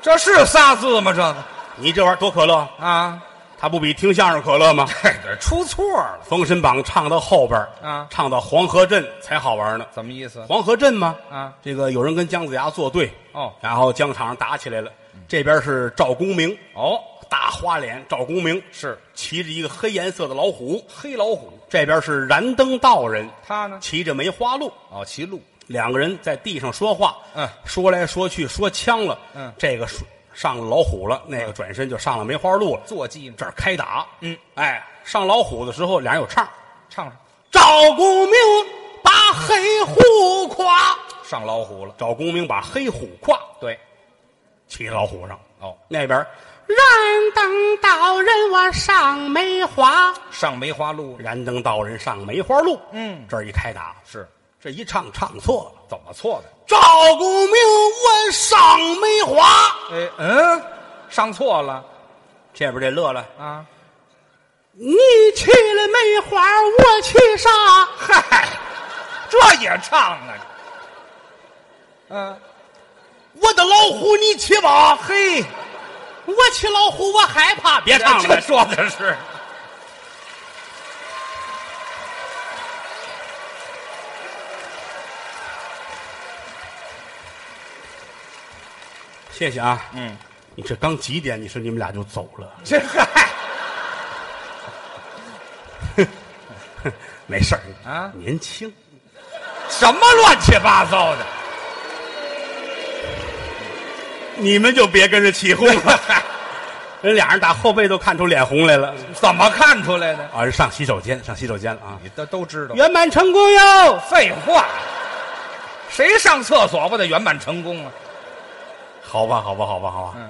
这是仨字吗？这个你这玩意儿多可乐，啊，他不比听相声可 乐吗？这这出错了， 《封神榜》唱到后边儿啊唱到黄河镇才好玩呢。怎么意思？黄河镇吗？啊，这个有人跟姜子牙作对，哦嗯然后疆场上打起来了。这边是赵公明，哦，大花脸赵公明是骑着一个黑颜色的老虎，黑老虎，这边是燃灯道人，他呢？骑着梅花鹿，哦，骑鹿，两个人在地上说话，嗯说来说去说呛了，嗯这个说上了老虎了，那个转身就上了梅花鹿了，坐骑呢？这儿开打，嗯，哎，上老虎的时候俩人有唱，唱上赵公明把黑虎跨，上老虎了，赵公明把黑虎跨对，骑老虎上。哦，那边燃灯道人我上梅花，上梅花鹿了，燃灯道人上梅花鹿。嗯这儿一开打，是这一唱唱错了。怎么错的？赵公明我上梅花，哎，嗯，上错了这边这乐了，啊！你去了梅花，我去啥？嗨，这也唱啊？嗯、我的老虎你骑吧，嘿，我骑老虎我害怕，别唱了这。说的是 谢谢啊，嗯，你这刚几点？你说你们俩就走了？ 这嗨。没事儿啊年轻。什么乱七八糟的？ 你们就别跟着起哄了。 人俩人打后背都看出脸红来了，怎么看出来的？啊，人上洗手间，上洗手间了啊！你都都知道。圆满成功哟！废话，谁上厕所不得圆满成功啊？好吧，好吧，好吧，好吧。嗯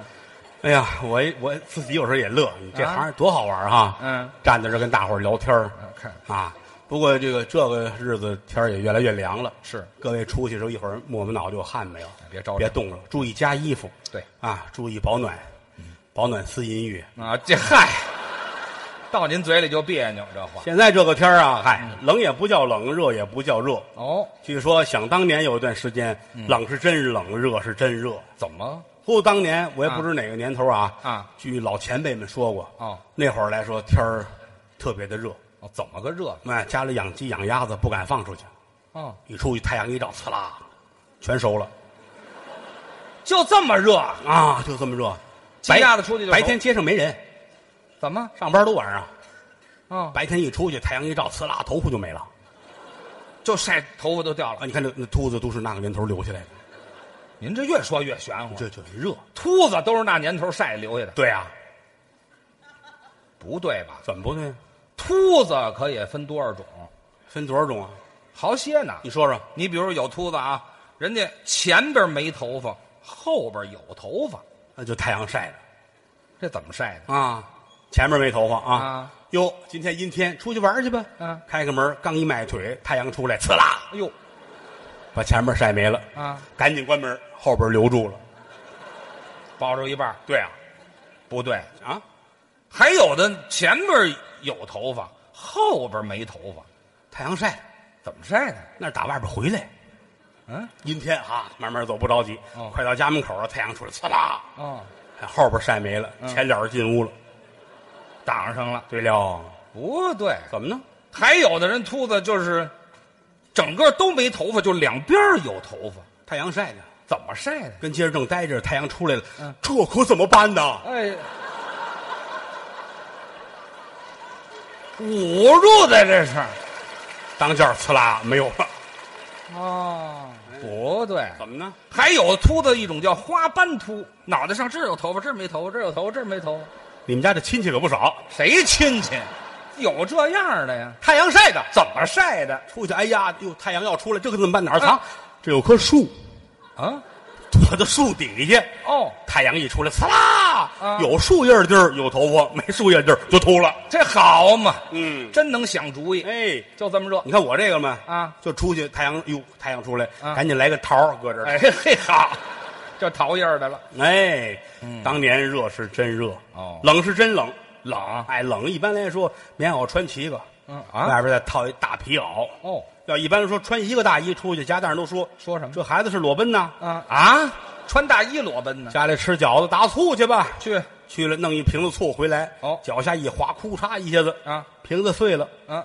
哎呀，我我自己有时候也乐，你这啊行多好玩哈！嗯，站在这儿跟大伙儿聊天儿嗯看啊。不过这个这个日子天儿也越来越凉了，是各位出去的时候一会儿摸摸脑就有汗没有？哎别着别凉嗯冻着，注意加衣服。对啊，注意保暖，嗯保暖思淫欲。啊，这嗨，到您嘴里就别扭，这话。现在这个天儿啊，嗨，嗯冷也不叫冷，热也不叫热。哦，据说想当年有一段时间，嗯冷是真冷，热是真热。怎么？不，当年我也不知哪个年头啊。啊据老前辈们说过，哦，那会儿来说天儿特别的热，哦，怎么个热？哎，家里养鸡养鸭子不敢放出去，哦，一出去太阳一照，刺啦，全熟了就这么热？啊，就这么热。鸡白鸭子出去就熟白天街上没人，怎么？上班都晚上，哦，白天一出去太阳一照，刺啦，头发就没了就晒头发都掉啊！了。你看这那秃子都是那个年头留下来的，您这越说越玄乎。这就是热。秃子都是那年头晒留下的，对啊，不对吧？怎么不对啊？秃子可也分多少种，分多少种啊？好些呢。你说说，你比如有秃子啊，人家前边没头发，后边有头发，那就太阳晒的。这怎么晒的？啊，前面没头发啊啊。哟、今天阴天，出去玩去吧。嗯开开门，刚一迈腿，太阳出来，刺啦，哎呦把前面晒没了，啊，赶紧关门，后边留住了。包住一半儿对啊，不对，啊，还有的前边有头发，后边没头发，太阳晒，怎么晒的？那是打外边回来，嗯，阴天啊，慢慢走，不着急。哦快到家门口了，太阳出来，刺啦，哦，后边晒没了，前脸进屋了。挡上了。嗯对了，不对，怎么呢？还有的人秃子就是整个都没头发，就两边儿有头发，太阳晒的，怎么晒的？跟街上正待着，太阳出来了，嗯这可怎么办呢？哎，捂住的这是。当间儿刺啦没有了，哦，不对，怎么呢？还有秃的一种叫花斑秃，脑袋上这儿有头发，这儿没头发，这儿有头发，这儿没头发，你们家这亲戚可不少，谁亲戚？有这样的呀？太阳晒的，嗯怎么晒的？出去，哎呀，哟，太阳要出来，这可怎么办？哪儿藏？哎这有棵树，啊？躲到树底下。哦，太阳一出来，刺啦，啊有树叶的地儿有头发，没树叶的地儿就秃了。这好嘛，嗯，真能想主意，哎，就这么热。你看我这个嘛，啊，就出去太阳，哟，太阳出来，啊赶紧来个桃儿搁这儿。啊哎嘿好，这桃叶儿的了。哎，当年热是真热，嗯哦冷是真冷。冷哎，冷一般来说，棉袄穿七个，嗯外边再套一大皮袄。哦，要一般来说穿一个大衣出去，家大人都说说什么这孩子是裸奔呐。啊啊，穿大衣裸奔呢？家里吃饺子打醋去吧，去去了弄一瓶子醋回来，哦脚下一滑，库嚓一下子，啊瓶子碎了，啊，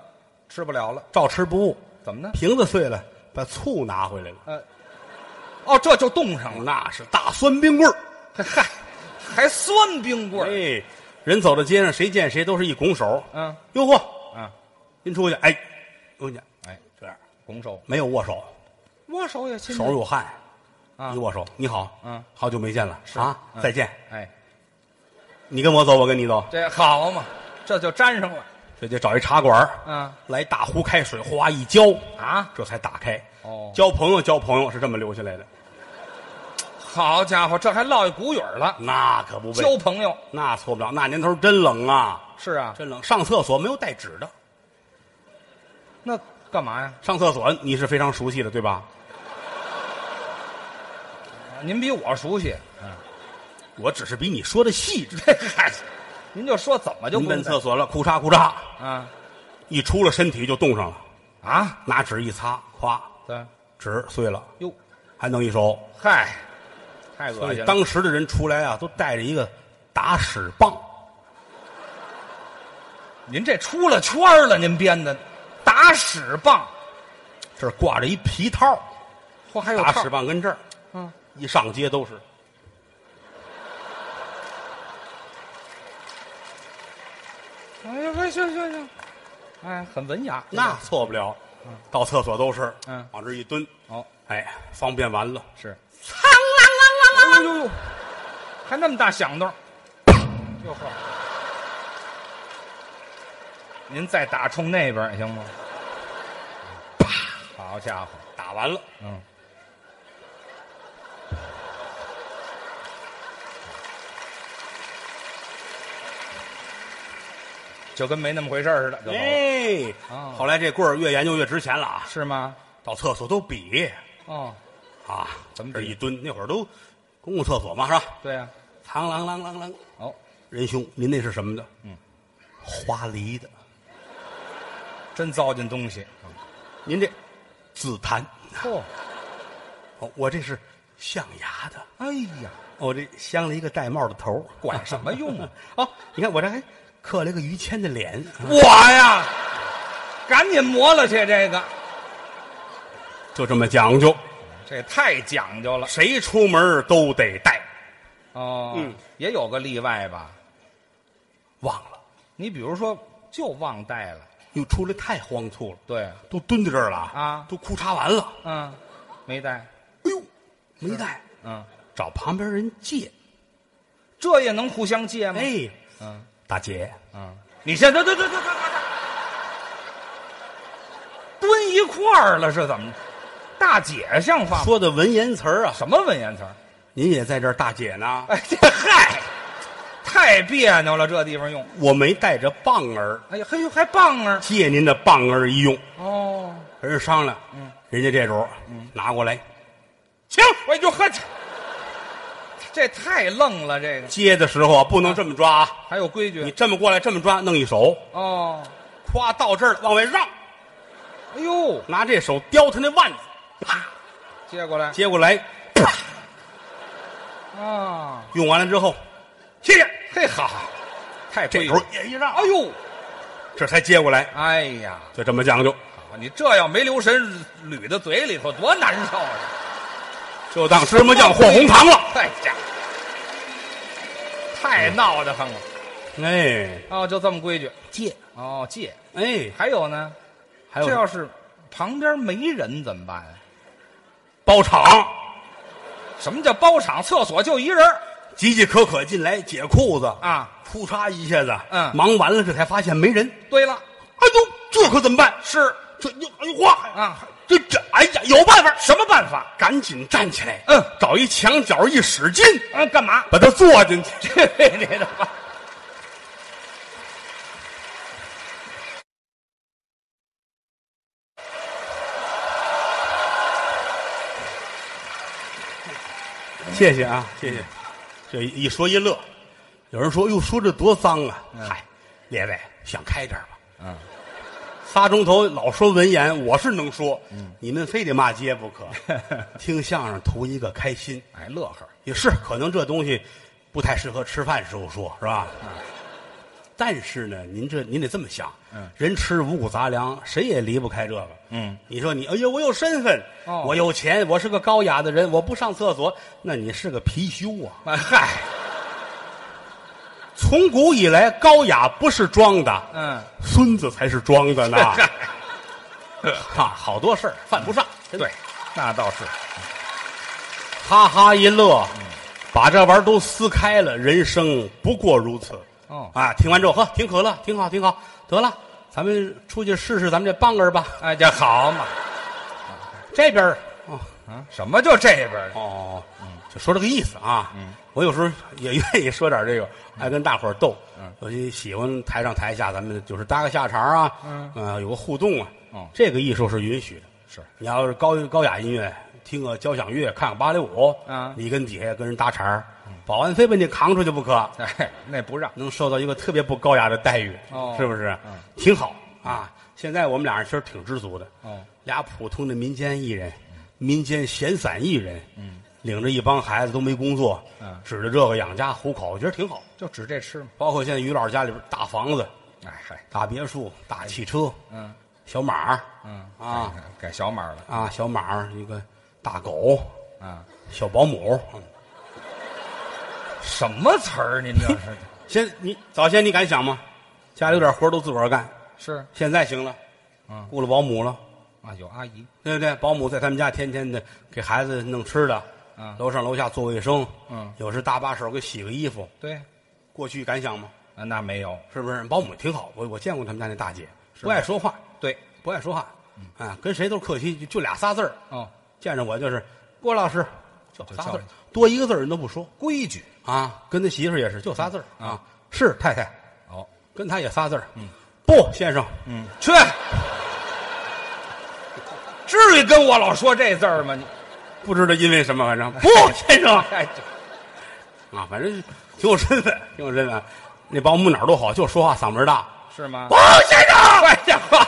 吃不了了，照吃不误。怎么呢？瓶子碎了，把醋拿回来了，呃，哦，这就冻上了。那是大酸冰棍儿。嗨，还酸冰棍儿。哎，人走到街上，谁见谁都是一拱手。嗯哟嚯，啊，您出去，哎，我跟你讲，哎，这样拱手，没有握手，握手也亲手上有汗，啊一握手，你好，嗯好久没见了啊，嗯再见，哎，你跟我走，我跟你走，这好嘛，这就粘上了。这就找一茶馆儿，嗯来大壶开水，哗一浇，啊，这才打开。哦交朋友，交朋友是这么留下来的，好家伙，这还落一股雨儿了。那可不呗，嗯交朋友那错不了，那年头真冷啊，是啊，真冷，上厕所没有带纸的，那干嘛呀？上厕所你是非常熟悉的，对吧？您比我熟悉，我只是比你说的细致。嗨，您就说怎么就您不奔能厕所了，裤嚓裤嚓，啊一出了身体就冻上了，啊？拿纸一擦，咵，对，纸碎了，哟，还弄一手。嗨，太所恶心以了。当时的人出来啊，都带着一个打屎棒，您这出了圈儿了，您编的打屎棒，这儿挂着一皮套，嚯，还有打套屎棒跟这儿，嗯，一上街都是。哎呀，行行行，哎，很文雅。那错不了，到厕所都是，嗯往这一蹲，哦，哎，方便完了，是，苍啷啷啷啷，哎呦呦呦，还那么大响动，哟呵，您再打冲那边儿行吗？啪，好家伙，打完了，嗯，就跟没那么回事儿似的，这哎，哦后来这棍儿越研究越值钱了啊，是吗？到厕所都比哦，啊，怎么比这一蹲，那会儿都公共厕所嘛，是吧？对呀、苍啷啷啷啷，哦，仁兄，您那是什么的？嗯，花梨的，真糟践东西。您这紫檀，嚯、哦，我这是象牙的，哎呀，我这镶了一个戴帽的头儿，管什么用啊？哦，你看我这还刻了一个于谦的脸，啊我呀，赶紧磨了去这个，就这么讲究。这太讲究了。谁出门都得带。哦，嗯，也有个例外吧？忘了，你比如说，就忘带了，又出来太慌促了，对，都蹲在这儿了啊都裤嚓完了，嗯，没带，哎呦，没带，嗯，找旁边人借。这也能互相借吗？，哎，嗯大姐，嗯，你先等等等等等等，蹲一块儿了是怎么着？大姐像话吗？说的文言词儿啊，什么文言词儿？您也在这儿，大姐呢？哎，这嗨，太别扭了，这地方用。我没带着棒儿，哎呀，嘿呦，还棒啊！借您的棒儿一用。哦，人商量，嗯，人家这主儿拿过来，行，我就喝去。这太愣了，这个接的时候啊，不能这么抓啊，还有规你矩这么过来，这么抓，弄一手，哦。夸到这儿了，往外让，哎呦，拿这手叼他那腕子，啪，接过来接过来，啊，用完了之后，谢谢，嘿好，太这贵时了候，也一让，哎呦，这才接过来，哎呀，就这么讲究，好啊你这要没留神捋到嘴里头，多难受啊！ 就当芝麻酱和红糖了。哎呀，太嗯闹得慌了。哎，哦，就这么规矩。借，哦，借。哎，还有呢，还有这要是旁边没人怎么办啊？包场，什么叫包场？厕所就一人儿急急渴渴进来解裤子，啊？扑嚓一下子，嗯忙完了这才发现没人，对了，哎呦，这可怎么办？是这又哎呦哇啊，这这哎呀，有办法，什么办法？赶紧站起来，嗯找一墙角一使劲，嗯，干嘛？ 把他坐进去。这这的吧。谢谢啊，谢谢。这一说一乐，有人说：“哟，说这多脏啊！”嗯嗨，列位想开点吧。嗯，仨钟头老说文言，我是能说，嗯你们非得骂街不 可。听相声图一个开心，哎，乐呵。也是可能这东西不太适合吃饭时候说，是吧？但是呢，您这您得这么想，嗯人吃五谷杂粮，谁也离不开这个，嗯，你说你，哎呦，我有身份，哦我有钱，我是个高雅的人，我不上厕所，那你是个貔 貅啊！哎嗨，从古以来，高雅不是装的，嗯，孙子才是装的 呢，嗨哈，好多事儿犯不上，真的对，那倒是。哈哈一乐，把这玩意儿都撕开了，人生不过如此。哦啊，听完之后呵，挺可乐，挺好，挺好，得了，咱们出去试试咱们这棒儿吧。哎，这好嘛。这边儿哦啊，什么叫这边儿？哦，就说这个意思啊。嗯我有时候也愿意说点这个，爱跟大伙儿斗。嗯尤其喜欢台上台下，咱们就是搭个下茬儿啊，嗯呃，有个互动啊。哦这个艺术是允许的。是你要是高高雅音乐，听个交响乐，看个芭蕾舞，啊你跟底下跟人搭茬儿，嗯保安非把你扛出去不可，哎，那不让。能受到一个特别不高雅的待遇，哦是不是？嗯挺好啊。现在我们俩人其实挺知足的，哦，俩普通的民间艺人，民间闲散艺人，嗯，领着一帮孩子都没工作，嗯指着这个养家糊口，我觉得挺好。就指这吃嘛。包括现在于老师家里边大房子、哎嗨，大别墅、大汽车、嗯小马儿嗯啊，改小码了啊，小马儿一个大狗，啊。小保姆。嗯什么词儿？啊您这是先你早先你敢想吗？家里有点活儿都自个儿干， 是现在行了，嗯雇了保姆了。啊？有阿姨对不对？保姆在他们家天天的给孩子弄吃的，啊楼上楼下做卫生，嗯有时搭把手给洗个衣服。对过去敢想吗？啊？那没有是不是？保姆挺好，我我见过他们家那大姐，不爱说话，对不爱说话，啊，跟谁都客气，就就俩仨字儿，哦，见着我就是郭老师，就就仨叫字儿你，多一个字儿人都不说规矩啊。跟他媳妇儿也是，就仨字儿嗯啊，是太太，哦。跟他也仨字儿，不先生，嗯，去，至于跟我老说这字儿吗？你不知道因为什么，反正不先生。哎，这啊，反正是挺有身份，挺有身份。那保姆哪儿都好，就说话嗓门儿大。是吗王？先 生，哎呀，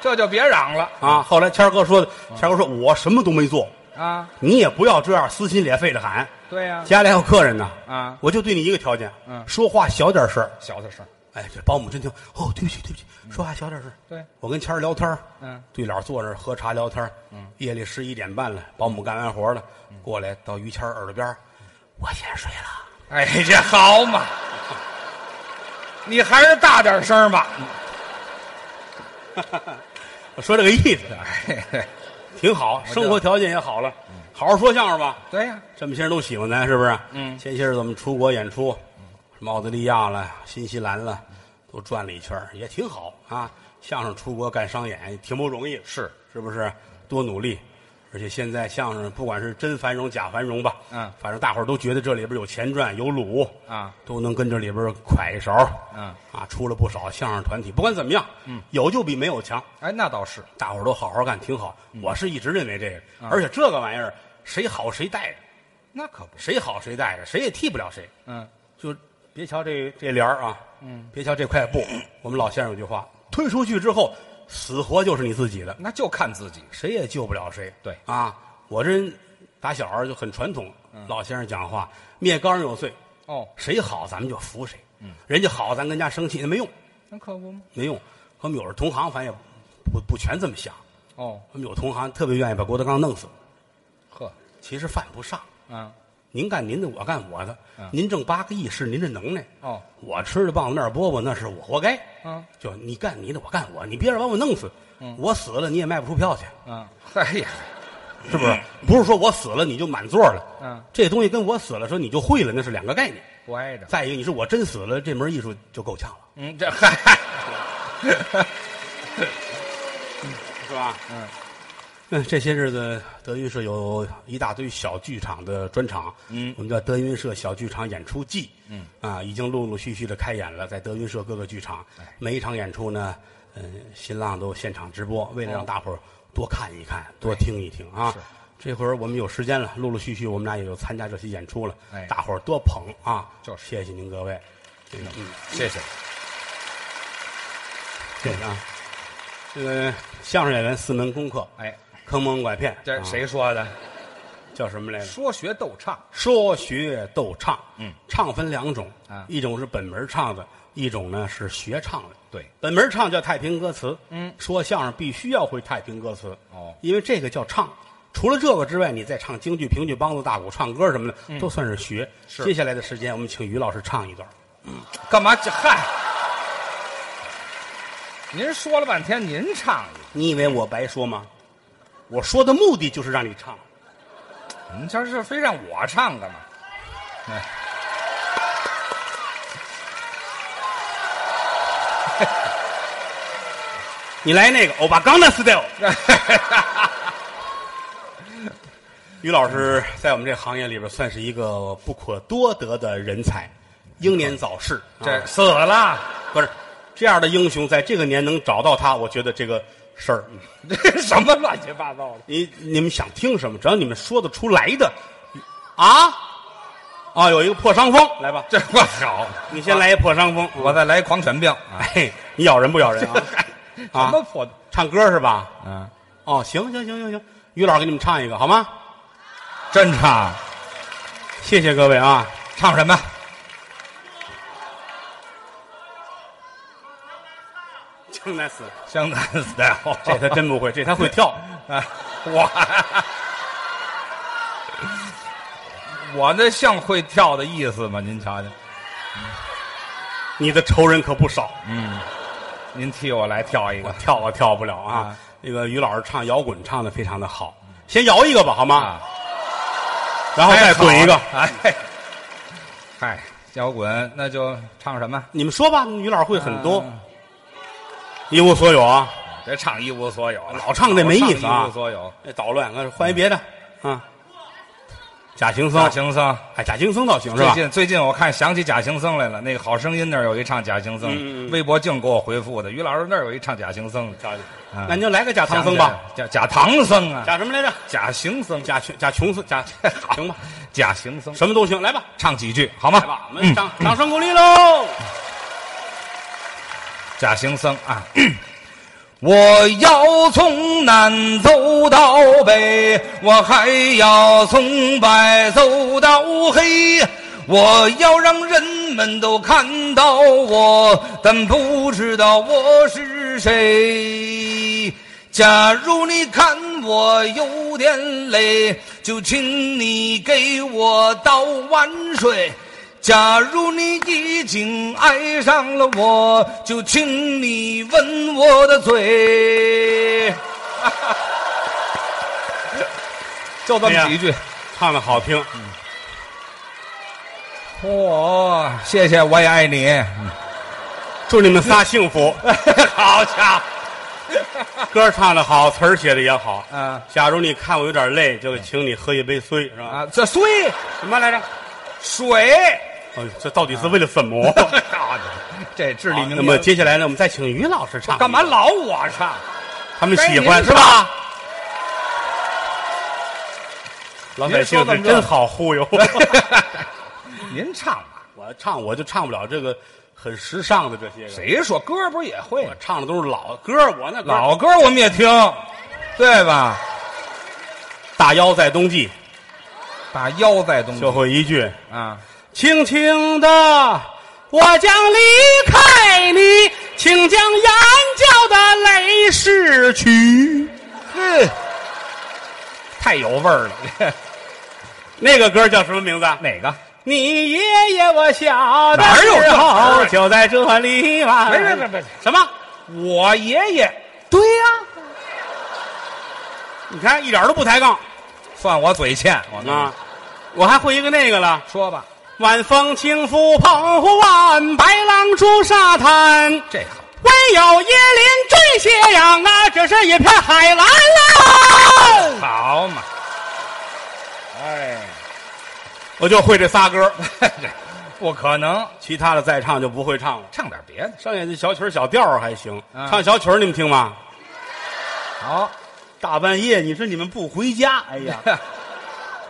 这就别嚷了啊！后来谦儿哥说的，谦儿哥说我什么都没做，啊！你也不要这样撕心裂肺的喊。对呀、家里还有客人呢，啊我就对你一个条件，嗯说话小点声儿。小点声，哎，这保姆真听，哦，对不起，对不起，说话小点声儿。对，我跟谦儿聊天儿嗯，对脸坐着喝茶聊天嗯，夜里十一点半了，保姆干完活了，嗯过来到于谦儿耳朵边儿我先睡了。哎，这好嘛，你还是大点声吧。我说这个意思，哎，挺好，知道生活条件也好了，嗯好好说相声吧。 对呀、这么些人都喜欢咱，是不是？嗯前些日子我们出国演出，什么澳大利亚了、新西兰了，都转了一圈儿，也挺好啊。相声出国干商演挺不容易，是是不是？多努力，而且现在相声不管是真繁荣假繁荣吧，嗯反正大伙儿都觉得这里边有钱赚，有卤啊，都能跟这里边蒯一勺，嗯啊，出了不少相声团体。不管怎么样，嗯，有就比没有强。哎，那倒是，大伙儿都好好干，挺好。嗯我是一直认为这个，而且这个玩意儿谁好谁带着，那可不是。谁好谁带着，谁也替不了谁。嗯，就别瞧这这帘儿啊，嗯，别瞧这块布。我们老先生有句话，推出去之后，死活就是你自己的，那就看自己。谁也救不了谁。对啊，我这人打小儿就很传统，老先生讲话灭高人有罪，哦，谁好咱们就服谁，人家好咱跟家生气那没用，那可不吗？没用。和我们有时候同行，反正也不不全这么想。哦，我们有同行特别愿意把郭德纲弄死，呵，其实犯不上。啊，您干您的，我干我的。您挣八个亿是您的能耐。哦，我吃的棒子那儿饽饽，那是我活该。嗯，就你干你的，我干我，你别让把我弄死。我死了你也卖不出票去，啊，哎呀，是不是？不是说我死了你就满座了。嗯，这东西跟我死了说你就会了，那是两个概念。不挨着。再一个，你说我真死了，这门艺术就够呛了，嗯，这嗨，是吧？嗯嗯，这些日子德云社有一大堆小剧场的专场，嗯我们叫德云社小剧场演出季，嗯，啊，已经陆陆续续的开演了，在德云社各个剧场，哎每一场演出呢，嗯，新浪都现场直播，为了让大伙儿多看一看，多听一听啊哦哎是。这会儿我们有时间了，陆陆续续我们俩也有参加这些演出了，哎大伙儿多捧啊！就是谢谢您各位，这个嗯，谢谢。谢谢啊。这个相声演员四门功课，哎，坑蒙拐骗，这啊谁说的？叫什么来着？说学逗唱，说学逗唱，嗯，唱分两种啊一种是本门唱的，一种呢是学唱的。对，本门唱叫太平歌词，嗯说相声必须要会太平歌词，哦因为这个叫唱。除了这个之外，你再唱京剧、评剧、梆子、大鼓、唱歌什么的，都算嗯是学。是接下来的时间，我们请于老师唱一段。干嘛这嗨？您说了半天，您唱一个，你以为我白说吗？我说的目的就是让你唱。您这是非让我唱干嘛？哎，你来那个欧巴刚的 style。于老师在我们这行业里边算是一个不可多得的人才，英年早逝。这啊死了，不是这样的英雄，在这个年能找到他，我觉得这个事儿，嗯 这什么乱七八糟的？你你们想听什么，只要你们说得出来的，啊啊，有一个破伤风，来吧，这话好， 你先来一破伤风，我再来狂犬病啊！哎，你咬人不咬人啊？什啊么破？唱歌是吧？嗯，哦，行行行行行，于老师给你们唱一个好吗？真唱谢谢各位啊！唱什么？江南死，江南 style，这他真不会，这他会 跳。啊， 我我那像会跳的意思吗？您瞧瞧，你的仇人可不少，您替我来跳一我个，跳我跳不了啊啊。那个于老师唱摇滚唱的非常的好，先摇一个吧，好吗啊？然后再滚一个，哎，嗨，摇滚那就唱什么？你们说吧，于老师会很多嗯，一无所有啊，别唱一无所有了，老唱这没意思啊老唱一无所有，哎捣乱，啊换一别的啊。贾行贾僧，行僧。哎，贾行僧倒行是最吧？近最近我看想起贾行僧来了，那个好声音那儿有一唱贾行僧，嗯嗯嗯微博净给我回复的，于老师那儿有一唱贾行僧的，贾啊那您就来个贾唐僧吧，贾贾唐僧啊，贾什么来着？贾行僧，贾穷贾穷僧，贾行吧，贾行僧，什么都行，来吧。唱几句好吗？来吧，我们嗯，掌掌声鼓励喽！贾行僧啊。 我要从南走到北，我还要从白走到黑。我要让人们都看到我，但不知道我是谁。假如你看我有点累，就请你给我倒碗水。假如你已经爱上了我，就请你吻我的嘴。 就这哎么呀几句，唱的好听，嚯、哦谢谢，我也爱你。祝你们仨幸 福。好家伙，歌唱的好，词儿写的也好。嗯假如你看我有点累，就请你喝一杯水，是吧？啊，这水什么来着？ 水，哎呦，这到底是为了什么？好这智力好名言啊那么接下来呢，我们再请于老师唱。干嘛？老我 唱？他们喜欢该您是吧？老百姓是您说这么真好忽 悠。您唱吧。我唱我就唱不了这个很时尚的这些个。谁说歌不是也会 我？唱的都是老歌，我那歌老歌我们也听，对吧？大腰在冬季，把腰在东就会一句啊，轻轻的，我将离开你，请将眼角的泪拭去。嘿，太有味儿了。那个歌叫什么名字啊？ 哪个？你爷爷我小的哪儿有这时词儿啊候就在这里吧？没没没没，什么？我爷爷。对呀、你看一点都不抬杠算我嘴欠，我跟你啊！我还会一个那个了。说吧，晚风轻拂澎湖湾，白浪逐沙滩，这好，唯有椰林缀斜阳啊，这是一片海蓝啦。好嘛，哎，我就会这仨歌， 这不可能，其他的再唱就不会唱了。唱点别的。剩下的小曲儿小调儿还行，嗯唱小曲儿你们听吗？好，大半夜，你说你们不回家？哎呀，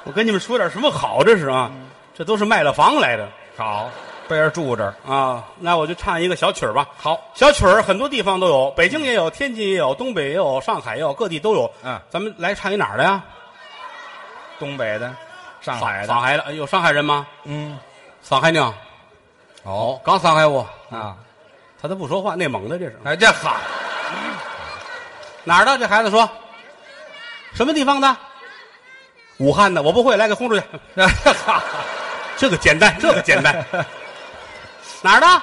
我跟你们说点什么好？这是啊，这都是卖了房来的 好，被人住这儿。啊。那我就唱一个小曲儿吧。好，小曲儿很多地方都有，北京也有，天津也有，东北也有，上海也有，各地都有。嗯咱们来唱一哪儿的呀？东北的，上海的上，海的。哎有上海人吗？嗯，上海娘，哦啊刚上海我，啊，他都不说话，内蒙的这是哎，这好， 哪儿的？这孩子说，什么地方的？武汉的，我不会，来给轰出去。这好，这个简 单，这个简单。哪儿的？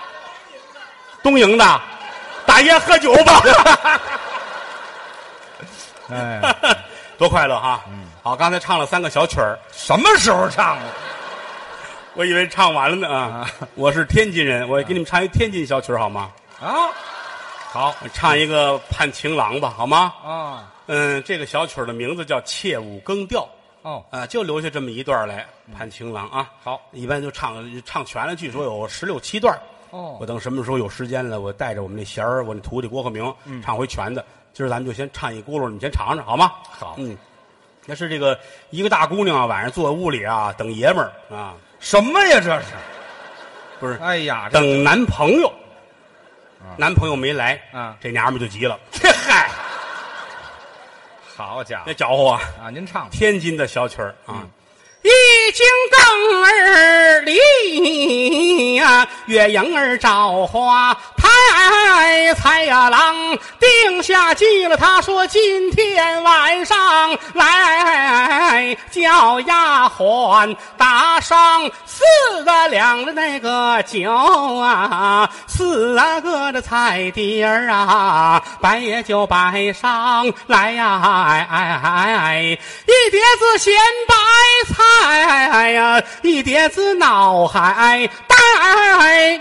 东营的，大爷喝酒吧，哎， 多快乐哈！嗯好，刚才唱了三个小曲儿，什么时候唱的？我以为唱完了呢啊！我是天津人，我给你们唱一天津小曲儿好吗？啊，好唱一个《盼情郎》吧，好吗？啊，嗯，这个小曲儿的名字叫《切勿更调》哦，啊，就留下这么一段儿来，《盼情郎》啊。好，一般就唱唱全了，据说有十六七段儿。我哦，等什么时候有时间了，我带着我们那弦儿，我那徒弟郭鹤鸣嗯唱回全的。今儿咱们就先唱一轱辘，你们先尝尝好吗？好嗯，那是这个一个大姑娘啊，晚上坐在屋里啊，等爷们儿啊，什么呀这是？不是哎呀，这等男朋友，男朋友没来啊这娘们儿就急了。 这嗨，好家那搅和啊，伙啊，您唱吧，天津的小曲儿啊。一经更儿离呀、月影儿照花台，才呀、郎定下计了。他说今天晚上来叫丫鬟打上四个两的那个酒啊，四啊个的菜碟儿啊，摆也就摆上来呀、哎哎哎哎，一碟子咸白菜哎呀、一碟子脑海带，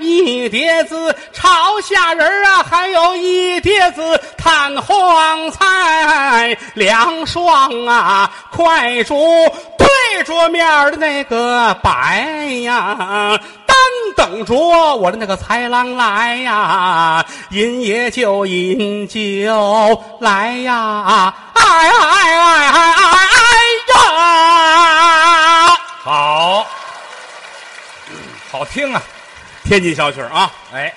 一碟子炒虾仁儿啊，还有一碟子炭黄菜，哎两双啊，快竹对桌面儿的那个摆呀。单等着我的那个豺狼来呀，饮也就饮酒来呀，哎哎哎哎哎哎呀！好，好听啊，天津小曲儿啊，哎，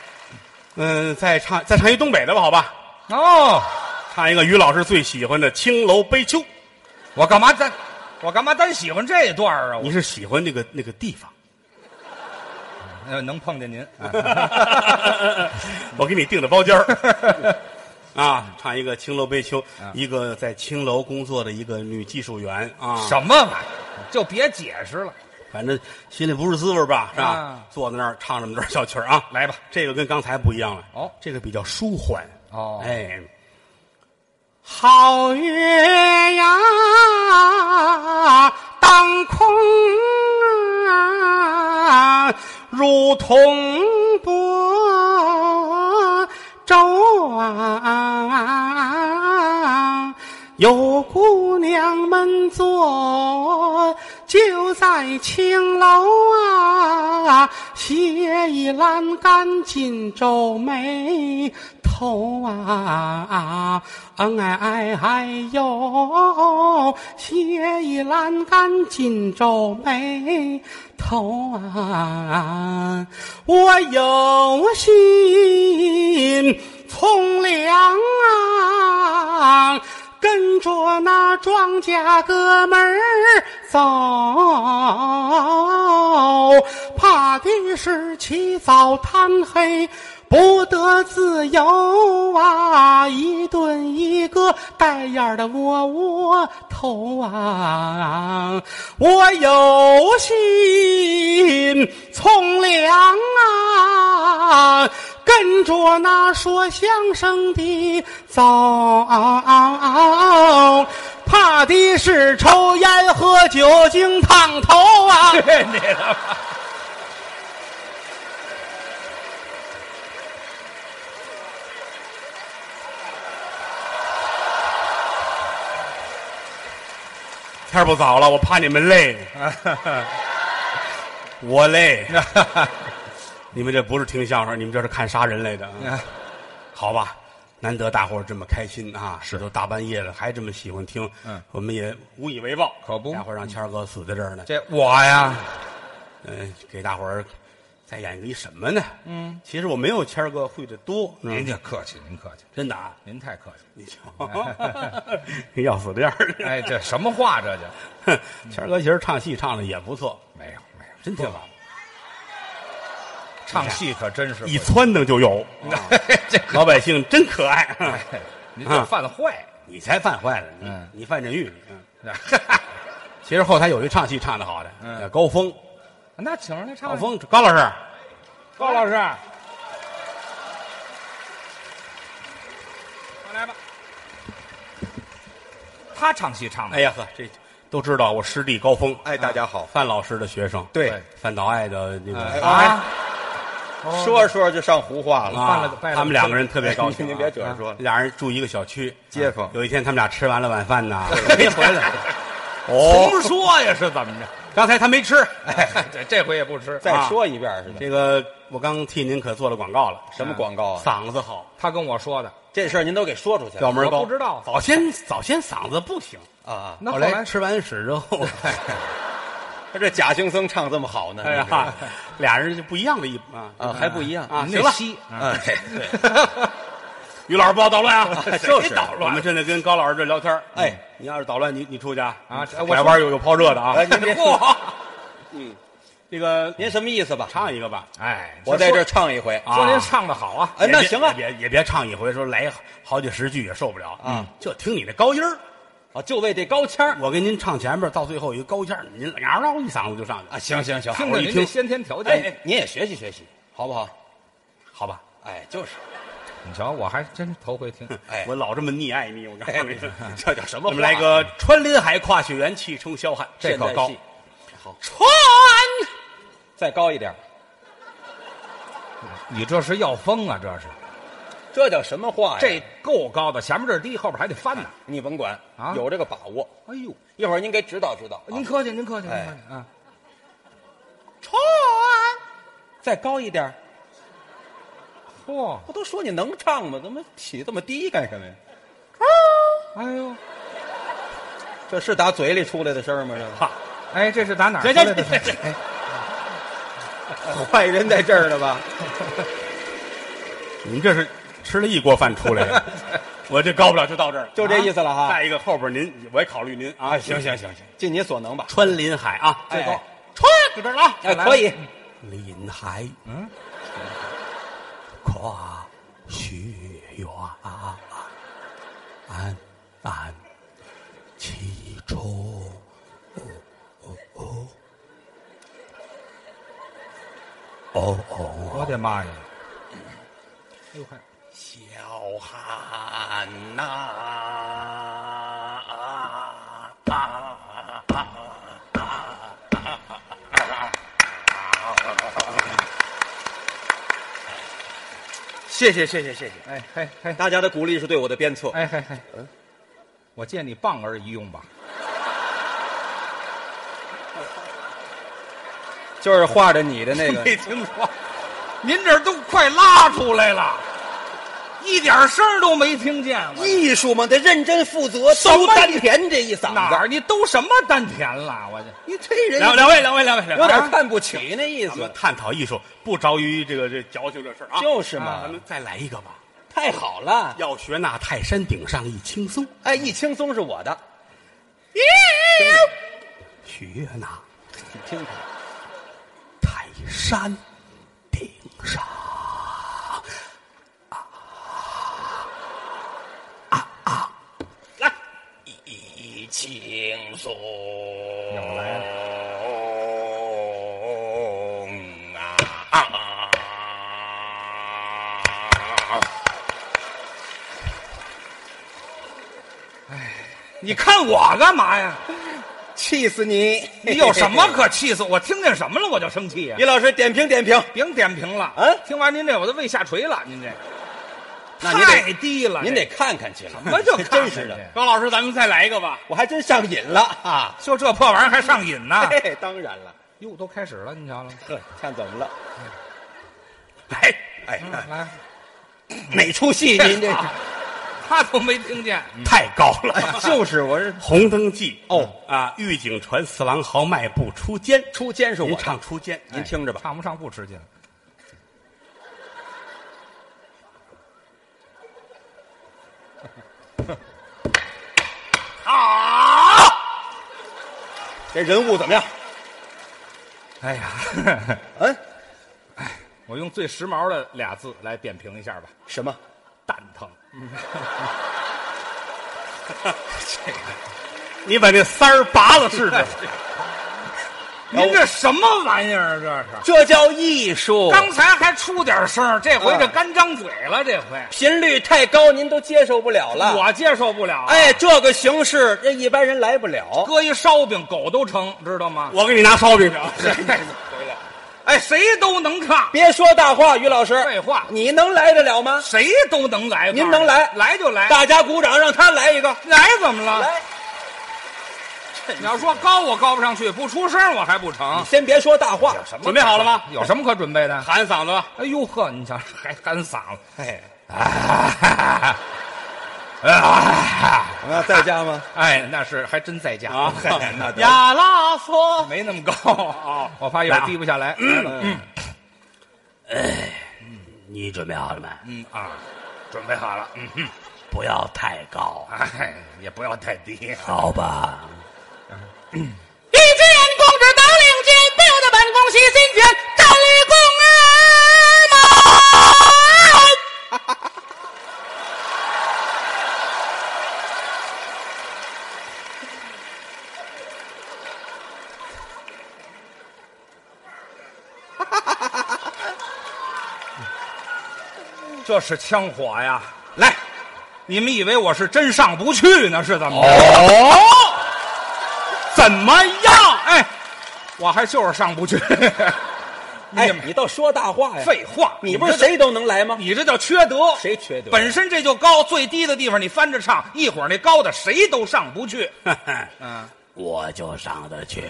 嗯，再唱再唱一东北的吧，好吧，哦，唱一个于老师最喜欢的《青楼悲秋》。我干嘛单，我干嘛单喜欢这一段啊？我你是喜欢那个那个地方？ 呃能碰见您，我给你定的包间儿。啊，唱一个《青楼悲秋》，一个在青楼工作的一个女技术员啊，什么玩意儿？就别解释了，反正心里不是滋味儿吧，是吧？啊坐在那儿唱这么段小曲儿啊，来吧这个跟刚才不一样了，哦这个比较舒缓，哦哎，好月呀，当空啊，如同波舟啊。有姑娘们坐，就在青楼啊，斜倚栏杆紧皱眉头啊，嗯哎哎哎呦，斜倚栏杆紧皱眉头啊，我有心从良啊。跟着那庄稼哥们儿走，怕的是起早贪黑。不得自由啊！一顿一个带眼儿的窝窝头啊！我有心从良啊，跟着那说相声的走。怕的是抽烟喝酒经烫头啊！对你了吧， 天儿不早了，我怕你们累， 我 累。你们这不是听相声，你们这是看杀人来的，啊！好吧？难得大伙儿这么开心啊！是都大半夜了还这么喜欢听，嗯，我们也无以为报，可不待会儿让谦儿哥死在这儿呢。这我呀，嗯，给大伙儿再演个一什么呢？嗯，其实我没有谦儿哥会的多，嗯您就客气，您客气，真的啊，您太客气。你瞧， 要死的样儿。哎，这什么话这就？哼 谦儿哥其实唱戏唱的也不错，没有没有，真挺好，唱戏可真是一撺掇就有。嗯这 老百姓真可爱， 哎，您这犯坏。你才犯坏了，你嗯你范振钰，嗯，哈其实后台有一唱戏唱的好的，嗯叫高峰，那请上来唱高一首。峰，高老师，高老师，上来吧。他唱戏唱的，哎呀呵，这都知道我师弟高峰，哎，大家好，范老师的学生，对对范岛爱的那个哎啊，说着说着就上胡话了，啊办了办了他们两个人特别高兴您啊，您别褶着说了，俩人住一个小区，啊街坊有一天他们俩吃完了晚饭呢， 没回来，哦重说呀，是怎么着？刚才他没吃，哦哎，这这回也不吃。再说一遍似的，这个我刚替您可做了广告了，什么广告啊？嗓子好，他跟我说的，这事儿您都给说出去调了门高，我不知道早先早先嗓子不行。啊？那后后来来吃完屎之 后，他这假行僧唱这么好呢？哎你知道嗯呀吗，俩人就不一样的一啊啊，还不一样啊！您行那了，戏哎， 于老师不要捣乱啊！就是别捣乱。我们现在跟高老师这聊天儿嗯哎，你要是捣乱，你你出去啊啊拐我出弯有有泡热的啊！哎您别嚯，嗯，这个您什么意思吧？唱一个吧。哎，我在这儿唱一回啊！啊说您唱的好啊，哎，那也别行啊也，别也别唱一回，说来好几十句也受不了嗯，就听你那高音儿，啊，就为这高腔儿我给您唱前面，到最后一个高腔儿，您嗷嗷一嗓子就上去了，哎啊，行行行，听我着一您这听先天条哎件，哎，您也学习学习，好不好？好吧？哎，就是，你瞧，我还真头回听。哎我，老这么溺爱你，我告诉你， 这叫什么我话？们来个穿林海跨雪原，气冲霄汉，这现代可高戏。，好，穿再高一点儿，你这是要疯啊！这是这叫什么话呀？这够高的，前面这是低，后边还得翻呢。你甭管啊有这个把握。哎呦，一会儿您给指导指导，您啊客气，您客气，您哎客气啊！穿再高一点儿。嚯，不都说你能唱吗？怎么起这么低干什么呀？哎呦，这是打嘴里出来的声儿吗？ 哈，哎，这是打哪儿出这来这的？这这，这 坏人在这儿呢吧？你们这是吃了一锅饭出来 的，我这高不了，就到这儿了，啊就这意思了哈再一个后边您，我也考虑您啊。行行行行， 尽你所能吧。穿林海啊，哎最高，穿就这儿了啊。哎，可以，林海，嗯，跨雪原，安安其中。哦哦哦哦我的妈呀！哎呦，还小汉呐、谢谢谢谢谢谢，哎嘿嘿大家的鼓励是对我的鞭策。哎嘿嘿，我借你棒儿一用吧。 就是画着你的那个，没听说，您这都快拉出来了，一点声儿都没听见。我艺术嘛，得认真负责，什么都丹田这一嗓哪子，儿你都什么丹田了？我这你这人两两位，两位，两位，两位有点看不起那意咱们思，探讨艺术，不着于这个这矫情这事儿啊。就是嘛咱。们再来一个吧。太好了！要学那泰山顶上一轻松，哎，一轻松是我的，学那你听听，泰山顶上。一轻松来啊啊！你看我干嘛 呀？气死你！你有什 么？可气死？我听见什么了我就生气呀、于老师点评点评，别点评了，嗯听完您这我都胃下垂了，您这那您得太低了，您得看看去了。 什么就看真看是去的，高老师，咱们再来一个吧。 我还真上瘾了啊！就这破玩意儿还上瘾呢？ 嘿，当然了， 哟，都开始了，你瞧了，呵，看怎么了？来，哎，嗯来，哪出戏您这 他都没听见，太高了。就是我是《红灯记》哦啊，狱警传四郎豪迈步出监，出监是我您的唱出监，您听着吧。唱不上不吃劲。哎啊这人物怎么样？哎呀， 嗯，我用最时髦的俩字来点评一下吧，什么？蛋疼。你把那三儿拔了试试。您这什么玩意儿？啊这是这叫艺术刚才还出点声儿，这回嗯这干张嘴了，这回频率太高，您都接受不了了。我接受不了。，啊哎，这个形式，这一般人来不了。搁一烧饼，狗都成，知道吗？ 我给你拿烧饼去啊。哎，谁都能唱，别说大话，于老师，废话你能来得了吗？谁都能来。您能来来就来，大家鼓掌，让他来一个。哎来怎么了？来，你要说高，我高不上去，不出声我还不成。先别说大话，什么准备好了吗？有什么可准备的？喊嗓子吧。哎呦呵，你瞧还干嗓子，哎，啊啊！我要在家吗？哎，那是还真在家 啊嗨那得亚拉索，没那么高啊， 我怕一会儿低不下来。嗯你准备好了没？嗯啊，准备好了。嗯，不要太高，哎，也不要太低。好吧？一见公子当令箭，不得本宫西金卷，战立公儿满。这是枪火呀！来，你们以为我是真上不去呢，是怎么着？ 怎么样？哎，我还就是上不去。 哎你们，你倒说大话呀！废话，你不是谁都能来吗？你这叫缺德。谁缺德本身这就高，最低的地方你翻着唱，一会儿那高的谁都上不去。嗯，我就上得去。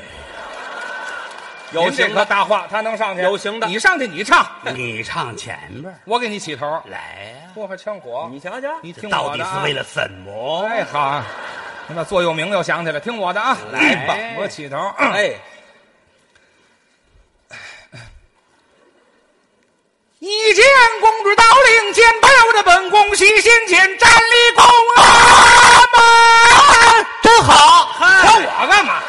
有行的的大话，他能上去。有行的你上去，你唱，你唱前边儿我给你起头。来呀、拨开枪火，你瞧瞧，你听到我底的是啊为！了什么？哎，好啊，那座右铭又想起来，听我的啊！来吧，我起头。哎，一见公主到令箭，拜我的本宫西先前站立宫哎啊门，真好。瞧我干嘛？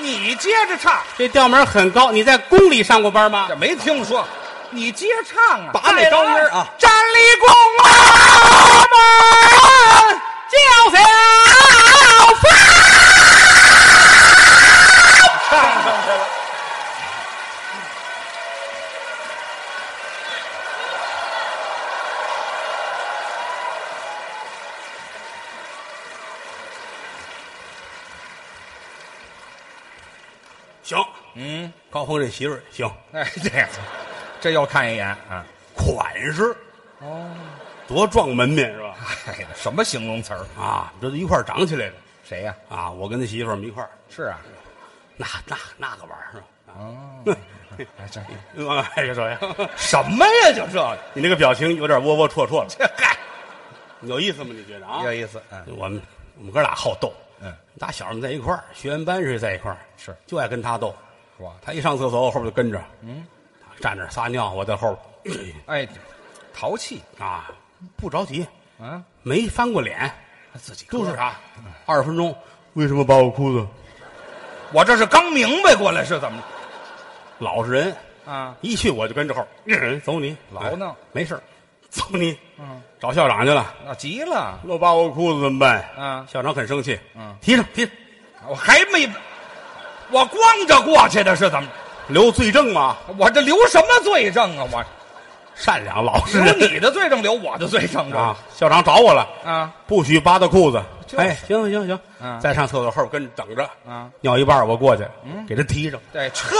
你接着唱，这调门很高，你在宫里上过班吗这？没听说。你接着唱啊！拔那高音儿啊站立宫啊门，叫小芳。 行，嗯，高峰这媳妇儿行，哎，这样，这又看一眼啊。款式哦，多壮门面是吧？哎，什么形容词儿？啊，这都一块儿长起来了谁呀、啊！我跟他媳妇儿我们一块儿，是啊。那那那个玩意儿哦，哎，这是吧？ 哎呀，少爷，什么呀？就这个，你那个表情有点窝窝戳戳的，这嗨，有意思吗？你觉得啊？有意思。嗯，我们我们哥俩好斗，嗯，打小我们在一块儿，学员班时在一块儿，是就爱跟他斗。是吧？他一上厕所，我后边就跟着，嗯，他站那儿撒尿，我在后边， 哎，淘气啊，不着急，啊，没翻过脸，自己都是啥？二十分钟，为什么扒我裤子？我这是刚明白过来是怎么着老实人，啊？一去我就跟着后，人走你老闹哎没事儿走你，嗯，找校长去了，那啊急了，我扒我裤子怎么办？啊校长很生气，嗯提上提上，我还没，我光着过去的是怎么？留罪证嘛，我这留什么罪证啊？我善良老实留人你的罪证，留我的罪证啊！校长找我了，啊不许扒他裤子。就是哎，行行行，嗯再上厕所后跟着等着，啊！尿一半儿我过去，嗯给他提上。对，撤，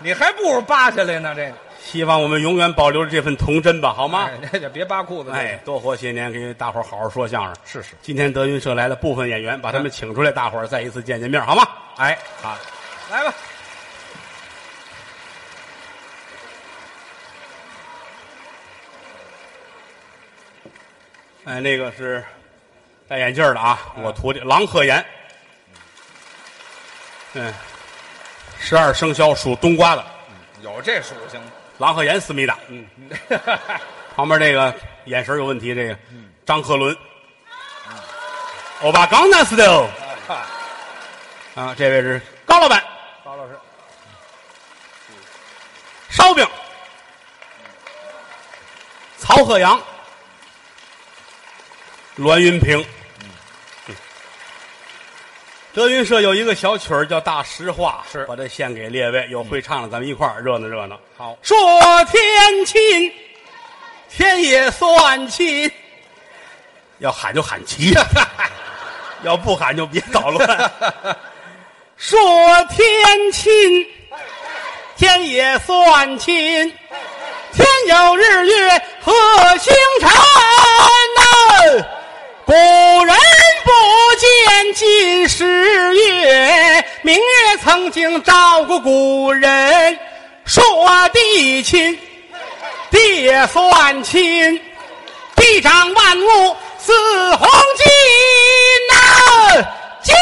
你还不如扒下来呢。这个，希望我们永远保留着这份童真吧，好吗？哎，这就别扒裤子。啊哎，，多活些年，给大伙儿好好说相声。是是，嗯今天德云社来了部分演员，把他们请出来，大伙儿再一次见见面，好吗？哎，啊，来吧。哎，那个是戴眼镜儿的啊，我徒弟郎鹤炎。嗯，十二生肖属冬瓜的有这属性 吗？郎鹤炎思密达。嗯，旁边这个眼神有问题，这个嗯张鹤伦。欧巴刚那斯的哈啊，这位是高老板，高老师，烧饼，曹鹤阳，栾云平。嗯德云社有一个小曲儿叫《大实话》，是把这献给列位，有会唱的咱们一块儿热闹热闹。好说天亲，天也算亲，要喊就喊齐， 要不喊就别捣乱。说天亲，天也算亲，天有日月和星辰呐、古人不见近时月，明月曾经照过古人。说地亲，地也算亲，地长万物似黄金呐、将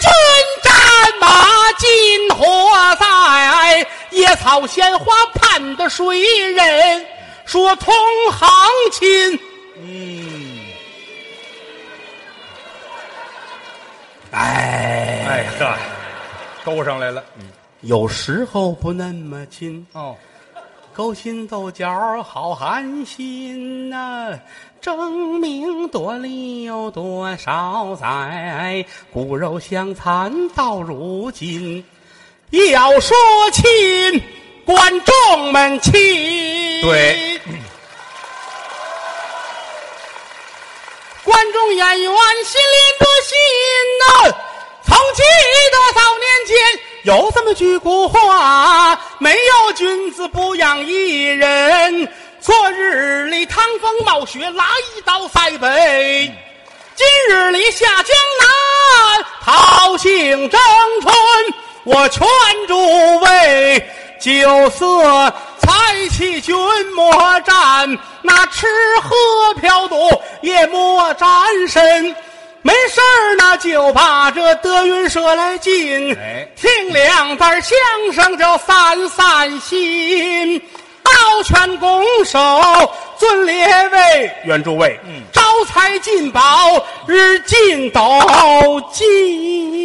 军战马金火在，野草鲜花盼的谁人？说同行亲。嗯，哎，哎呵，勾上来了。有时候不那么亲。哦，勾心斗角好寒心呐、争名夺利有多少载？骨肉相残到如今，要说亲，观众们亲。对，观众演员心里多心呐、曾记得早年间有这么句古话：没有君子不养艺人。昨日里趟风冒雪来到塞北，今日里下江南桃杏争春。我劝诸位酒色财气君莫沾，那吃喝嫖赌也莫沾身。没事儿呢，就把这德云社来进，哎听两段相声就散散心。抱拳拱手，尊列位，愿诸位，嗯，招财进宝，日进斗金。